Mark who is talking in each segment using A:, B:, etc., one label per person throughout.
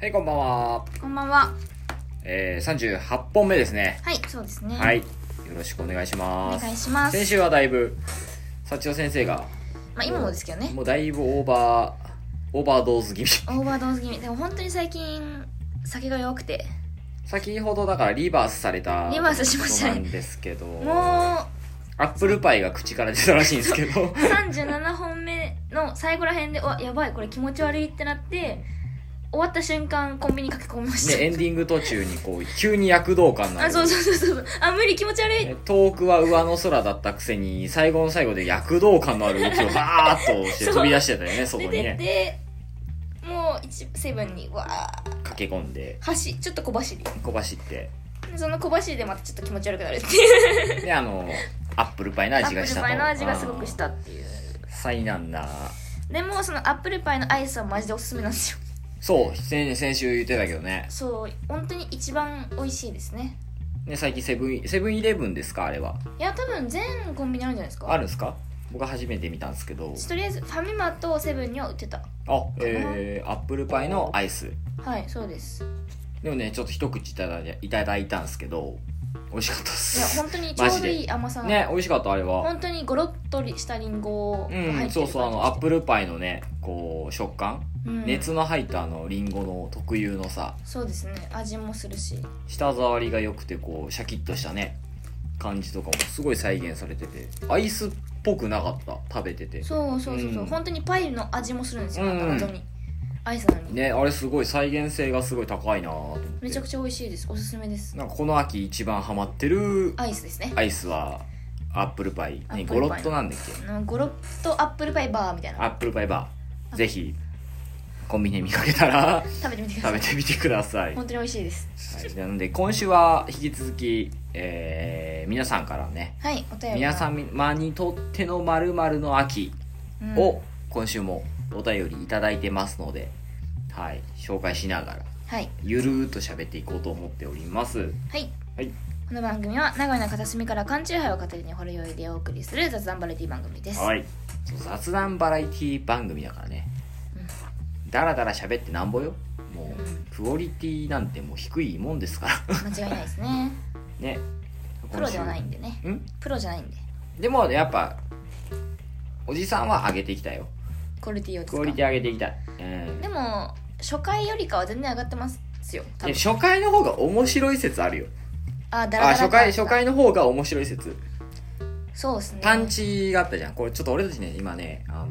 A: はい、こんばんは。
B: こんばんは。
A: えー、38本目ですね。
B: はい、そうですね。
A: はい。よろしくお願いし
B: お
A: ます。
B: 願いします。
A: 先週はだいぶ、幸代先生が、
B: まあ今もですけどね。
A: もうだいぶオーバー、オーバードーズ気味。
B: オーバードーズ気味。でも本当に最近、酒が弱くて。
A: 先ほどだからリバースされた。
B: リバースしましたね
A: なんですけど、
B: もう、
A: アップルパイが口から出たらしいんですけど、
B: 37本目の最後ら辺で、うわ、やばい、これ気持ち悪いってなって、終わった瞬間、コンビニ駆け込みまし
A: ね、エン
B: た。
A: ディング途中にこう、急に躍動感な
B: あ、そうそうそうそう。あ、無理、気持ち悪い。
A: え遠くは上の空だったくせに、最後の最後で躍動感のある動きをバーっとして飛び出してたよね、そこ
B: 出
A: に
B: てっ
A: ね。
B: て、もう一、セブンに、うわー、
A: 駆け込んで、
B: 走、ちょっと小走り。
A: 小走って、
B: でその小走りでまたちょっと気持ち悪くなるっていう。
A: で、あの、アップルパイの
B: アッ
A: 味
B: プル
A: がしたと。
B: パイの味がすごくしたっていう。
A: うん。災難だ。
B: でもそのアップルパイのアイスはマジでおすすめなんですよ
A: そう、先先週言ってたけどね。
B: そう本当に一番美味しいですね
A: ね、最近セブン、セブンイレブンですかあれは。
B: いや多分全コンビニあるんじゃないですか
A: あるんですか僕は初めて見たんですけど。
B: とりあえずファミマとセブンには売ってた
A: あ、えー、アップルパイのアイス。
B: はいそうです
A: でもね、ちょっと一口いただいいただいたんですけど、美味しかったっ
B: いや
A: す。
B: 本当にちょうどいい甘さ
A: ね、美味しかった、あれは。
B: 本当にゴロッとしたリンゴが入ってる
A: う
B: 感
A: ん、
B: じ
A: そうそうあのアップルパイのねこう食感、
B: うん
A: 熱の入ったあのリンゴの特有のさ
B: そうですね味もするし
A: 舌触りが良くてこうシャキッとしたね感じとかもすごい再現されててアイスっぽくなかった食べてて
B: そうそうそうそ
A: う
B: う、
A: ん
B: 本当にパイの味もするんですよ、
A: うん
B: なんか本当にアイスなのに、
A: ねあれすごい再現性がすごい高いなと思って
B: めちゃくちゃ美味しいですおすすめです
A: なんかこの秋一番ハマってる
B: アイスですね
A: アイスはアップルパイ
B: ア
A: ね
B: ップ
A: ゴ
B: ルパイ
A: ロッとなんだっけ
B: あのゴロッとアップルパイバーみたいな
A: アップルパイバーぜひコンビニで見かけた ら
B: 食べてみてく
A: 食
B: ださ
A: べ
B: い
A: てみてください
B: 本当に美味しいです
A: はい、なので今週は引き続き、えー皆さんからね
B: はい、お便り
A: 皆様にとっての〇〇の秋
B: を、
A: を今週もお便りいただいてますので、はい、紹介しながら
B: はい、
A: ゆるーっと喋っていこうと思っております
B: はい、
A: はい
B: この番組は名古屋の片隅から缶チューハイを片手にほろ酔いでお送りする雑談バラエティ番組です、
A: はい雑談バラエティ番組だからねダラダラ喋ってなんぼよもうクオリティなんてもう低いもんですから
B: 間違いないですね
A: ね
B: プロではないいんでね
A: ん
B: プロじゃないんで
A: でもやっぱおじさんは上げてきたよ
B: クオリティをです
A: ク
B: か
A: オリティ上げていきたい、うん、
B: でも初回よりかは全然上がってますよ多
A: で
B: 分
A: 初回の方が面白い説あるよ
B: あだ
A: あ
B: らだら
A: 初回初回の方が面白い説
B: そうですね
A: パンチがあったじゃんこれちょっと俺たちね今ねあの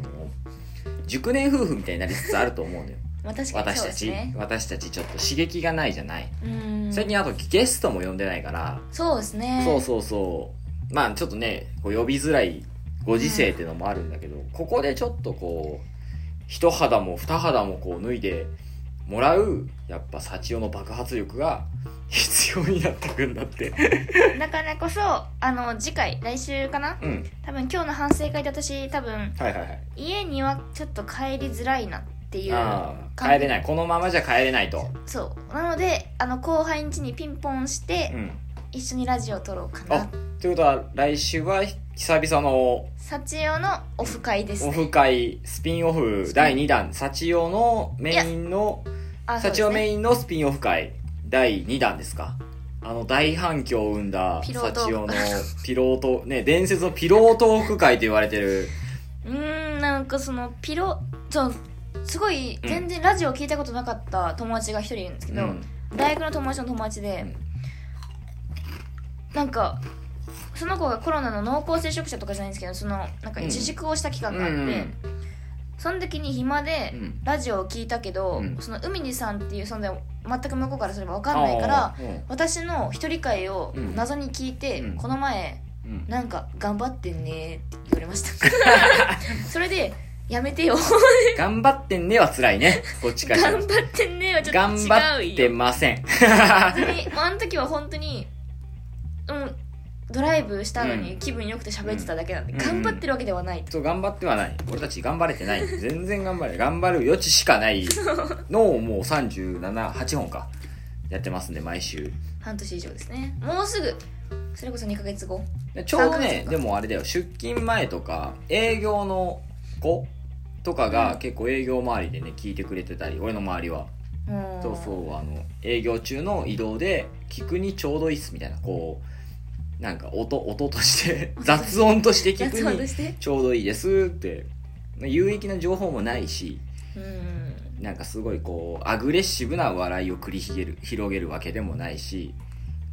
A: 熟年夫婦みたいになりつつあると思うの よ
B: まあ確かに
A: 私
B: そう
A: た
B: です
A: ち、
B: ね
A: 私たちちょっと刺激がないじゃない、
B: うん
A: 最近あとゲストも呼んでないから、
B: そうですね
A: そうそうそうまあちょっとねこう呼びづらいご時世ってのもあるんだけど、ここでちょっとこう一肌も二肌もこう脱いでもらうやっぱ幸代の爆発力が 必要になってくんだって
B: だからこそあの次回来週かな
A: うん
B: 多分今日の反省会で私多分
A: はいはいはい
B: 家にはちょっと帰りづらいなっていう
A: ああ
B: 感じ
A: 帰れないこのままじゃ帰れないと
B: そうなのであの後輩ん家にピンポンして、
A: うん
B: 一緒にラジオ撮ろうか
A: あ
B: な
A: ということは来週は久々の
B: 幸代のオフ会です
A: オ
B: ね
A: フ会スピンオフ
B: スピン
A: 第2弾幸代のメインの
B: あそうで
A: 幸
B: す
A: 代
B: ね
A: メインのスピンオフ会第2弾ですかあの大反響を生んだ
B: ピ
A: 幸
B: ロートーク
A: 代の ピロートね伝説のピロートーク会と言われてる
B: うーんなんかそのピロそうすごい全然ラジオ聞いたことなかった友達が一人いるんですけど、
A: うん
B: 大学の友達の友達で、
A: うん
B: なんかその子がコロナの濃厚接触者とかじゃないんですけどそのなんか自粛をした期間があって、その時に暇で
A: うん
B: ラジオを聞いたけど、
A: うん
B: その海地さんっていう存在を全く向こうからすれば分
A: あ
B: かんないから
A: ーうん
B: 私の一人会を
A: うん
B: 謎に聞いて、
A: うん
B: この前
A: うん
B: なんか頑張ってねって言われました それでやめてよ
A: 頑張ってんねは辛いねこっちからしたら
B: 頑張ってねはちょっ
A: 頑張
B: と
A: っ
B: 違
A: て
B: うよ
A: ません
B: 本当にもうあの時は本当にもうドライブしたの
A: う
B: に
A: ん
B: 気分良くて喋ってただけなんで、
A: うん
B: 頑張ってるわけではないと、
A: そう頑張ってはない俺たち頑張れてない全然頑張れ頑張る余地しかないのをもう378本かやってますんで毎週
B: 半年以上ですねもうすぐそれこそ2ヶ月後
A: ちょうど
B: 3ヶ月
A: ね
B: か
A: でもあれだよ出勤前とか営業の子とかが結構営業周りでね聞いてくれてたり俺の周りは
B: うん
A: そうそうあの営業中の移動で聞くにちょうどいいっすみたいなこうなんか音音として 雑音として聞く
B: 雑音と
A: に
B: して
A: ちょうどいいですって有益な情報もないし
B: うん
A: なんかすごいこうアグレッシブな笑いを繰り広げる広げるわけでもないし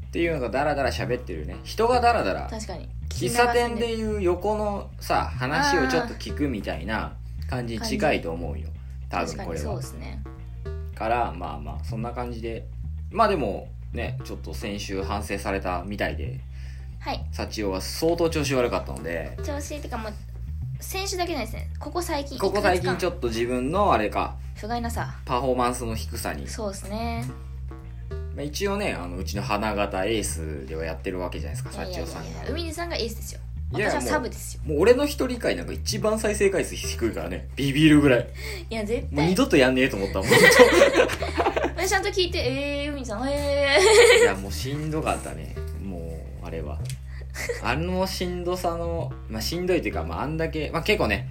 A: っていうのがダラダラ喋ってるね人がダラダラ
B: 確かに
A: 喫茶店でいう横のさ話をちょっと聞くみたいな感じに近いと思うよ多分
B: 確か
A: こ
B: に
A: れ
B: そう
A: は
B: で。すね
A: からまあまあそんな感じでまあでもねちょっと先週反省されたみたいで
B: はい
A: 幸男は相当調子悪かったので
B: 調子いいってかもう選手だけじゃないですねここ最近
A: ここ最近ち
B: ょっ
A: ょっと自分のあれか
B: と不甲斐なさ
A: パフォーマンスの低さに、
B: そうですね
A: まあ、一応ねあのうちの花形エースではやってるわけじゃないですか
B: いや
A: 幸
B: いやい
A: 男さん
B: や
A: が
B: 海地さんがエースですよ
A: いや
B: 私はサ
A: も
B: ブ
A: う
B: ですよ
A: もう俺の一人会なんか一番再生回数低いからねビビるぐらい
B: いや絶
A: もう二
B: 対
A: 度とやんねえと思った もん
B: 私ちゃんと聞いてえー、海地さんえ
A: いやもうしんどかったねもうあれはあのしんどさの、まあ、しんどいというか、まあ、あんだけ、まあ、結構ね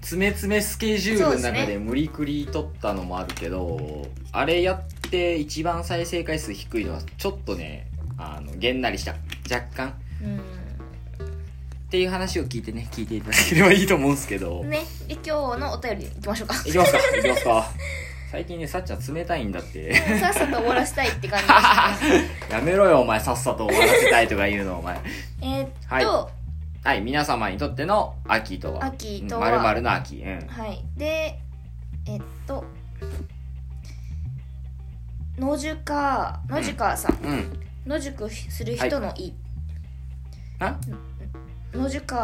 A: 詰め詰めスケジュールの
B: そう
A: 中
B: です
A: で
B: ね
A: 無理くり取ったのもあるけど、あれやって一番再生回数低いのはちょっとねあのげんなりした若干っ
B: ー、うん
A: ていう話を聞いてね聞いていただければいいと思うんですけど、
B: ねで今日のお便りいき ましょうか
A: いきますかいきますか最近ねさっちゃん冷たいんだって
B: さっさと終わらせたいって感じでしたね
A: やめろよ、お前、さっさと終わらせたいとか言うの、お前。
B: えーっ
A: はい
B: と
A: はい、皆様にとっての秋とは。
B: 秋と
A: う
B: は
A: ん〇〇の秋。うん。
B: はいでえっと野宿か野宿さん
A: うん。
B: 野宿する人の意、
A: あ
B: 野宿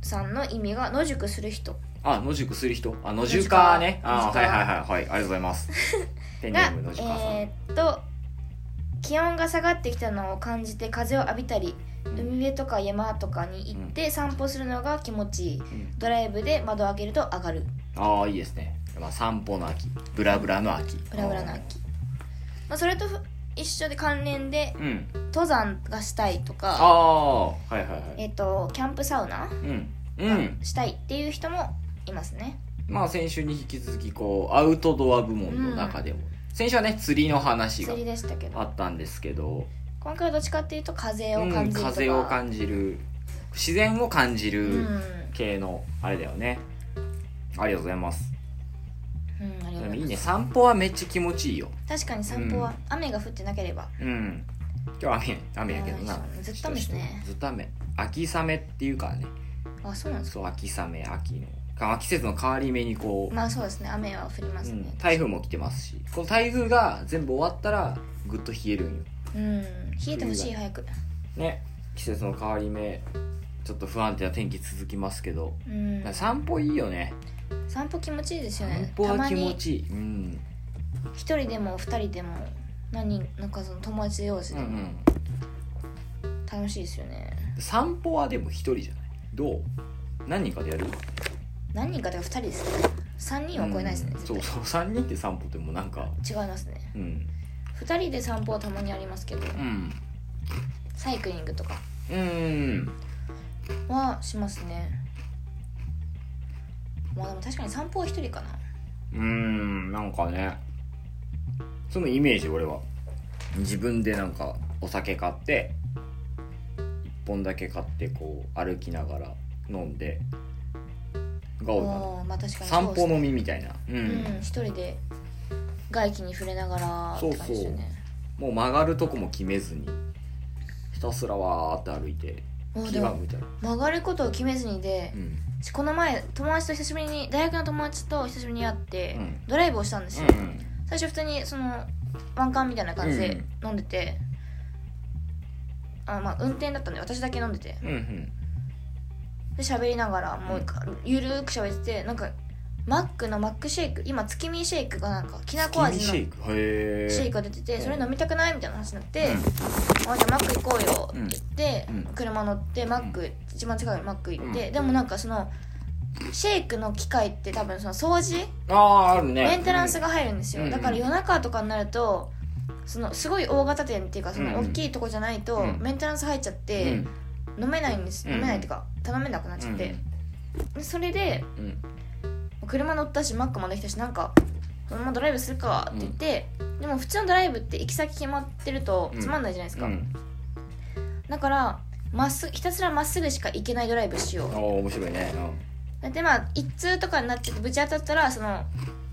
B: さんの意味が野宿する人
A: あ、野宿する人。あ、野宿かね。
B: 野
A: あ、
B: 宿
A: はいはいはい。はい、ありがとうござい ます。ペンネ
B: が
A: ーム野宿さん。
B: えーっと気温が下がってきたのを感じて風を浴びたり
A: うん
B: 海辺とか山とかに行って散歩するのが気持ちいい
A: うん
B: ドライブで窓を開けると上がる
A: ああ、いいですね。まあ、散歩の秋。ブラブラの秋。
B: ブラブラの秋、まあ、それとふ一緒で関連で
A: うん。うん。
B: 登山がしたいと
A: あ
B: か
A: あ、はいはいはい。
B: えーっとキャンプサウナ
A: うん。うん。
B: したいっていう人もいますね
A: まあ、先週に引き続き、こう、アウトドア部門の中でも。先週はね、釣りの話が
B: 釣りでしたけど
A: あったんですけど。
B: 今回はどっちかっていうと風を
A: う
B: 感
A: ん、
B: じるとか、
A: 風を感じる自然を感じ
B: うん、
A: る系のあれだよね、ありがとうございます
B: うん、あり
A: で
B: がとうご
A: も
B: ざ
A: い
B: い
A: い
B: ます
A: ね散歩はめっちゃ気持ちいいよ
B: 確かに散歩は、雨が降ってなければ
A: うん今日雨雨やけどな
B: ずっと雨ですね
A: ずっと雨秋雨っていうからね
B: あそうなんですか
A: そう秋雨秋のか季節の変わり目にこう、
B: まあそうですね雨は降ります
A: う
B: ね
A: ん、台風も来てますしこの台風が全部終わったらぐっと冷えるんよ
B: うん冷えてほしい早く
A: ね季節の変わり目ちょっと不安定な天気続きますけど
B: うん
A: 散歩いいよね
B: 散歩気持ちいいですよ
A: 散
B: ね
A: 歩
B: た
A: は
B: ま
A: 気持
B: に
A: ちいい、うん
B: 一人でも二人でも何人なんかその友達同士
A: う
B: で
A: んう
B: も
A: ん、
B: 楽しいですよね、
A: 散歩はでも一人じゃないどう何人かでやる
B: 何人かというか二人ですね三人は超えないですね、
A: うん
B: 絶
A: そうそう3人って散歩ってもうなんか
B: 対違いますね
A: うん
B: 二人で散歩はたまにありますけど
A: うん
B: サイクリングとか
A: うん
B: はしますねまあでも確かに散歩は一人かな
A: うんなんかねそのイメージ俺は自分でなんかお酒買って1本だけ買ってこう歩きながら飲んでが多いか
B: おーまあ確か
A: な
B: にそう
A: 散
B: です
A: 歩
B: ね
A: 飲みみたいなう
B: うん、一人で外気に触れながらって感じですよね
A: もう曲がるとこも決めずにひたすらわーって歩いて
B: もう
A: 気
B: で
A: が
B: も
A: 向いたら、
B: 曲がることを決めずにで
A: う、ん、
B: この前友達と久しぶりに大学の友達と久しぶりに会って、
A: うん
B: ドライブをしたんですよ、
A: うん
B: 最初普通にそのワンカンみたいな感じで飲んでて、あまあ運転だったんで私だけ飲んでて
A: うんうん
B: で喋りながらもうゆるーく喋っててなんかマックのマックシェイク今月見シェイクがなんかきなこ味
A: 月
B: のシ
A: 見シェイクへえ
B: ェイク
A: ク
B: が出ててそれ飲みたくないみたいな話になって、あじゃあマック行こうよって言って、
A: うん
B: 車乗ってマック、一番近いマック行って、
A: うん
B: でもなんかそのシェイクの機械って多分その掃除
A: ああーあるね
B: メンテナンスが入るんですよ、
A: うん
B: だから夜中とかになるとそのすごい大型店っていうかその
A: うん
B: 大きいとこじゃないと、
A: うん
B: メンテナンス入っちゃって、飲めないんです、
A: うん
B: 飲めないっていうか頼めなくなっちゃって、でそれで
A: うん
B: 車乗ったしマックもできたしなんかそのままドライブするかって言って、でも普通のドライブって行き先決まってると
A: うん
B: つまんないじゃないです
A: う
B: か、
A: ん
B: だからまっすぐひたすらまっすぐしか行けないドライブしよ
A: ああ面白いね
B: うでまあ一通とかになっててぶち当たったらその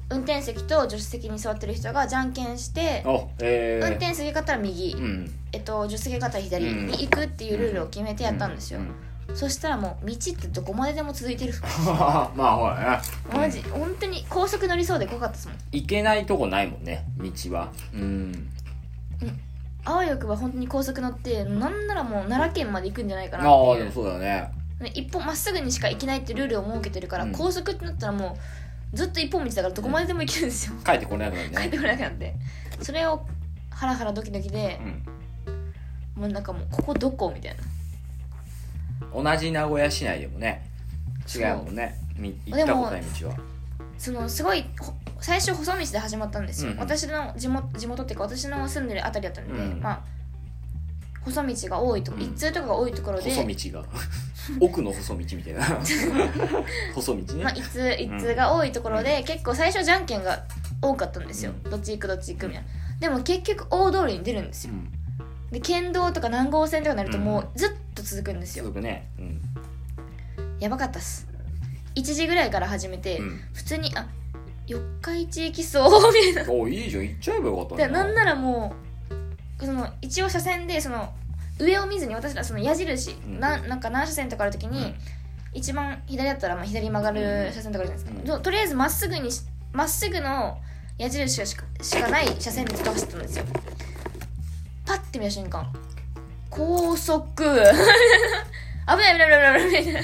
B: 運転席と助手席に座ってる人がじゃんけんして
A: うんあえ
B: 運
A: ー、
B: 転席が勝ったら右、
A: うん
B: えっと、助手席が勝ったら左
A: うん
B: に行くっていうルールを決めてやったんですよ、
A: うう
B: そしたらもう道ってどこまででも続いてる
A: まあほらね
B: マジ本当に高速乗りそうで怖かったですもん
A: 行けないとこないもんね道はうん
B: あわよくば本当に高速乗ってなんならもう奈良県まで行くんじゃないか
A: あ
B: な
A: あ
B: っ
A: で
B: てい
A: も
B: う
A: そうだよね
B: ね一本まっすぐにしか行けないってルールを設けてるから、
A: うん
B: 高速ってなったらもうずっと一本道だからどこまででも行けるんですよ、
A: 帰ってこれなくなる
B: 帰っ
A: ね
B: てこなくなってそれをハラハラドキドキで
A: う、ん
B: もうなんかもうここどこみたいな
A: 同じ名古屋市内でもね違うもんねみ行ったことない道は
B: そのすごいほ最初細道で始まったんですよ、
A: うんうん
B: 私の地元地元っていうか私の住んでるあたりだったので、
A: うん
B: まあ細道が多いとこ、
A: うん
B: 一通とかが多いところで
A: 細 道が奥の細道みたいな細道ね、
B: まあ、一通一通が多いところで、結構最初じゃんけんが多かったんですよ、
A: う
B: どっち行くどっち行くみたいなでも結局大通りに出るんです
A: う
B: よ
A: ん、
B: で県道とか南郷線とかになると
A: うん
B: もうずっと続くんですよ、
A: 続くねうん、
B: やばかったっす1時ぐらいから始めて、
A: うん、
B: 普通にあ四日市行きそう みたい
A: おいいじゃん行っちゃえばよかった
B: なでなんならもうその一応車線でその上を見ずに私らその矢印、
A: うん
B: ななんか何車線とかある時に、一番左だったらまあ左に曲がる車線とかあるじゃないですか、
A: うん
B: ととりあえずまっすぐにしまっすぐの矢印しかしかない車線でずっと走ってたんですよパッて見た瞬間高速 危ない危ない危ない危ない危ない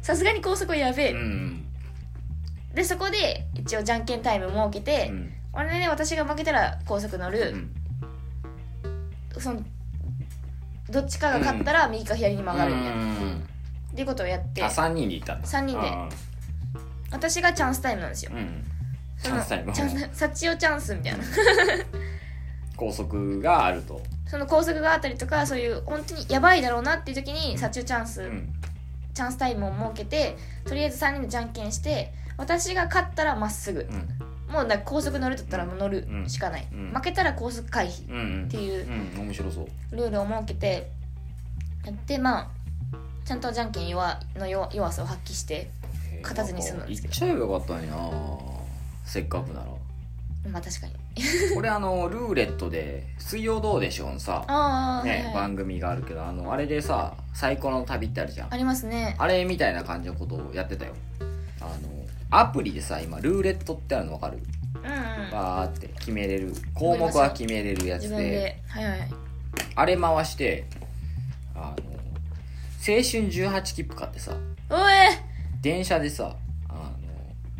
B: さすがに高速はやべえ、
A: うん、うん
B: でそこで一応じゃんけんタイム設けて、
A: うん
B: あれで私が負けたら高速乗
A: う
B: る、
A: ん
B: そのどっちかが勝ったら右か左に曲がるみたいな、
A: うん
B: っていうことをやって
A: あ3人で行ったんだ
B: 三人で
A: あ
B: 私がチャンスタイムなんですよ
A: ーうん
B: そ
A: チ
B: の
A: ャンスタイム
B: チャンス幸代チャンス みたいな
A: 高速があると、
B: その高速があったりとかそういう本当にやばいだろうなっていう時に殺虫チャンス、
A: うん、
B: チャンスタイムを設けてとりあえず3人でじゃんけんして私が勝ったらまっすぐ
A: うん
B: もうなんか高速乗るだったらもう乗る
A: うん
B: しかない、
A: うん
B: 負けたら高速回避
A: うんうん
B: っていう
A: うん面白そう
B: ルールを設けてやってまあちゃんとじゃんけん弱の弱弱さを発揮して勝たずに済むんですけど
A: 行っちゃえばよかったんやなせっかくなら
B: まあ確かに
A: これあのルーレットで「水曜どうでしょう」のさ、
B: ああ、はい
A: ね
B: はい、
A: 番組があるけどあのあれでさ「最高の旅」ってあるじゃん
B: ありますね
A: あれみたいな感じのことをやってたよあのアプリでさ今ルーレットってあるの分かる
B: うん、うん、
A: バーって決めれる項目は決めれるや
B: 自
A: つ
B: 分
A: で
B: ではいはい
A: あれ回してあの青春18切符買ってさ
B: おえ
A: 電車でさあの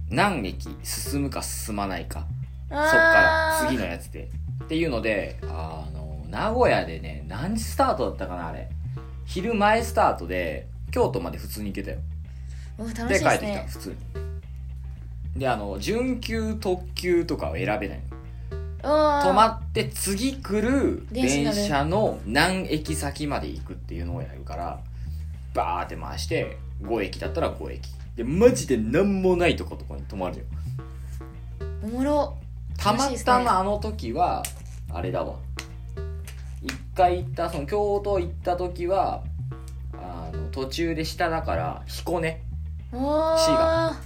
A: 何駅進むか進まないか
B: そっ
A: そっから次のやつでっていうのであの名古屋でね何時スタートだったかなあれ昼前スタートで京都まで普通に行けたよ
B: 楽しい
A: で
B: です
A: 帰ってきた
B: ね
A: 普通にであの準急特急とかは選べないの止
B: 止
A: まって次来る
B: 電車
A: 電
B: 乗る
A: 車の何駅先まで行くっていうのをやるからバーって回して5駅だったら5駅でマジで何もないとことかに止まるよ
B: おもろ
A: たま
B: 楽しいですね
A: たまあの時はあれだわ一回行ったその京都行った時はあの途中で下だから彦根
B: おー
A: シーガ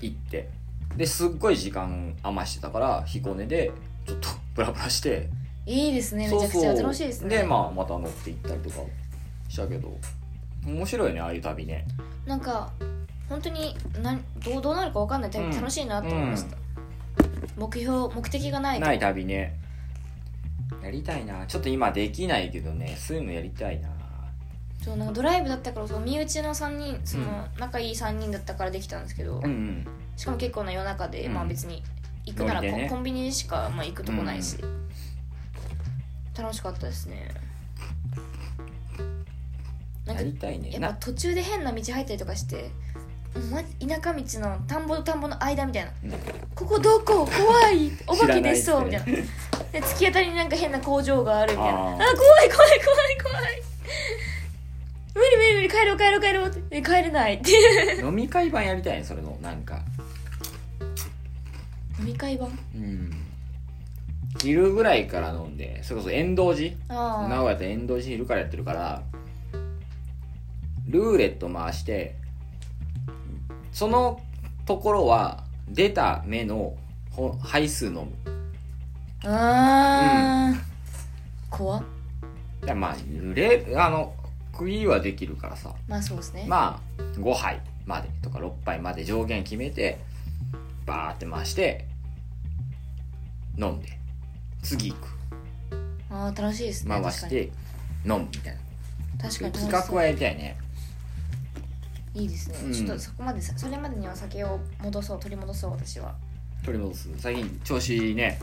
A: 行ってですっごい時間余してたから彦根でちょっとブラブラして
B: いいですねめちゃくちゃ楽しいですね
A: でまあまた乗って行ったりとかしたけど面白いよねああいう旅ね
B: なんか本当になどうどうなるかわかんない旅
A: うん
B: 楽しいなと思いました、目標目的がないと
A: ない旅ねやりたいなちょっと今できないけどねそういうのやりたいな
B: そうなんかドライブだったからその身内の3人その
A: う
B: 仲いい3人だったからできたんですけど、
A: うんうん
B: しかも結構な夜中で、
A: うん
B: まあ別に行くな
A: ノ
B: らコ,、
A: リでね
B: ンビニしか、まあ、行くとこないし、楽しかったですねなん
A: や
B: か
A: りたいね
B: やっぱ
A: な
B: 途中で変な道入ったりとかしてま田舎道の田んぼと田んぼの間みたいな
A: うん
B: 「ここどこ怖いお化け出そう」み
A: 知
B: たい
A: ら
B: な
A: な
B: で突き当たりになんか変な工場があるみたいな「あ
A: あー
B: 怖い怖い怖い怖い無理無理無理帰ろう帰ろう帰ろう」って帰れないっていう
A: 飲み会版やりたいねそれのなんか
B: 飲み会版
A: うん昼ぐらいから飲んでそれこそ遠道寺
B: あ
A: 名古
B: あ
A: 屋って遠藤寺昼からやってるからルーレット回してそのところは出た目のほ杯数飲む
B: あー、怖っ
A: いやまあルレあの区切りはできるからさ
B: まあそうですね、
A: まあ5杯までとか6杯まで上限決めてバーって回して飲んで次行く
B: ああー楽しいですね
A: 回して飲むみたいな
B: 確かに確かに
A: 企
B: 楽し
A: 画
B: そう
A: はやりたいね
B: いいですね、
A: うん
B: ちょっとそこまでさそれまでには酒を戻そう取り戻そう私は
A: 取り戻す最近調子いいね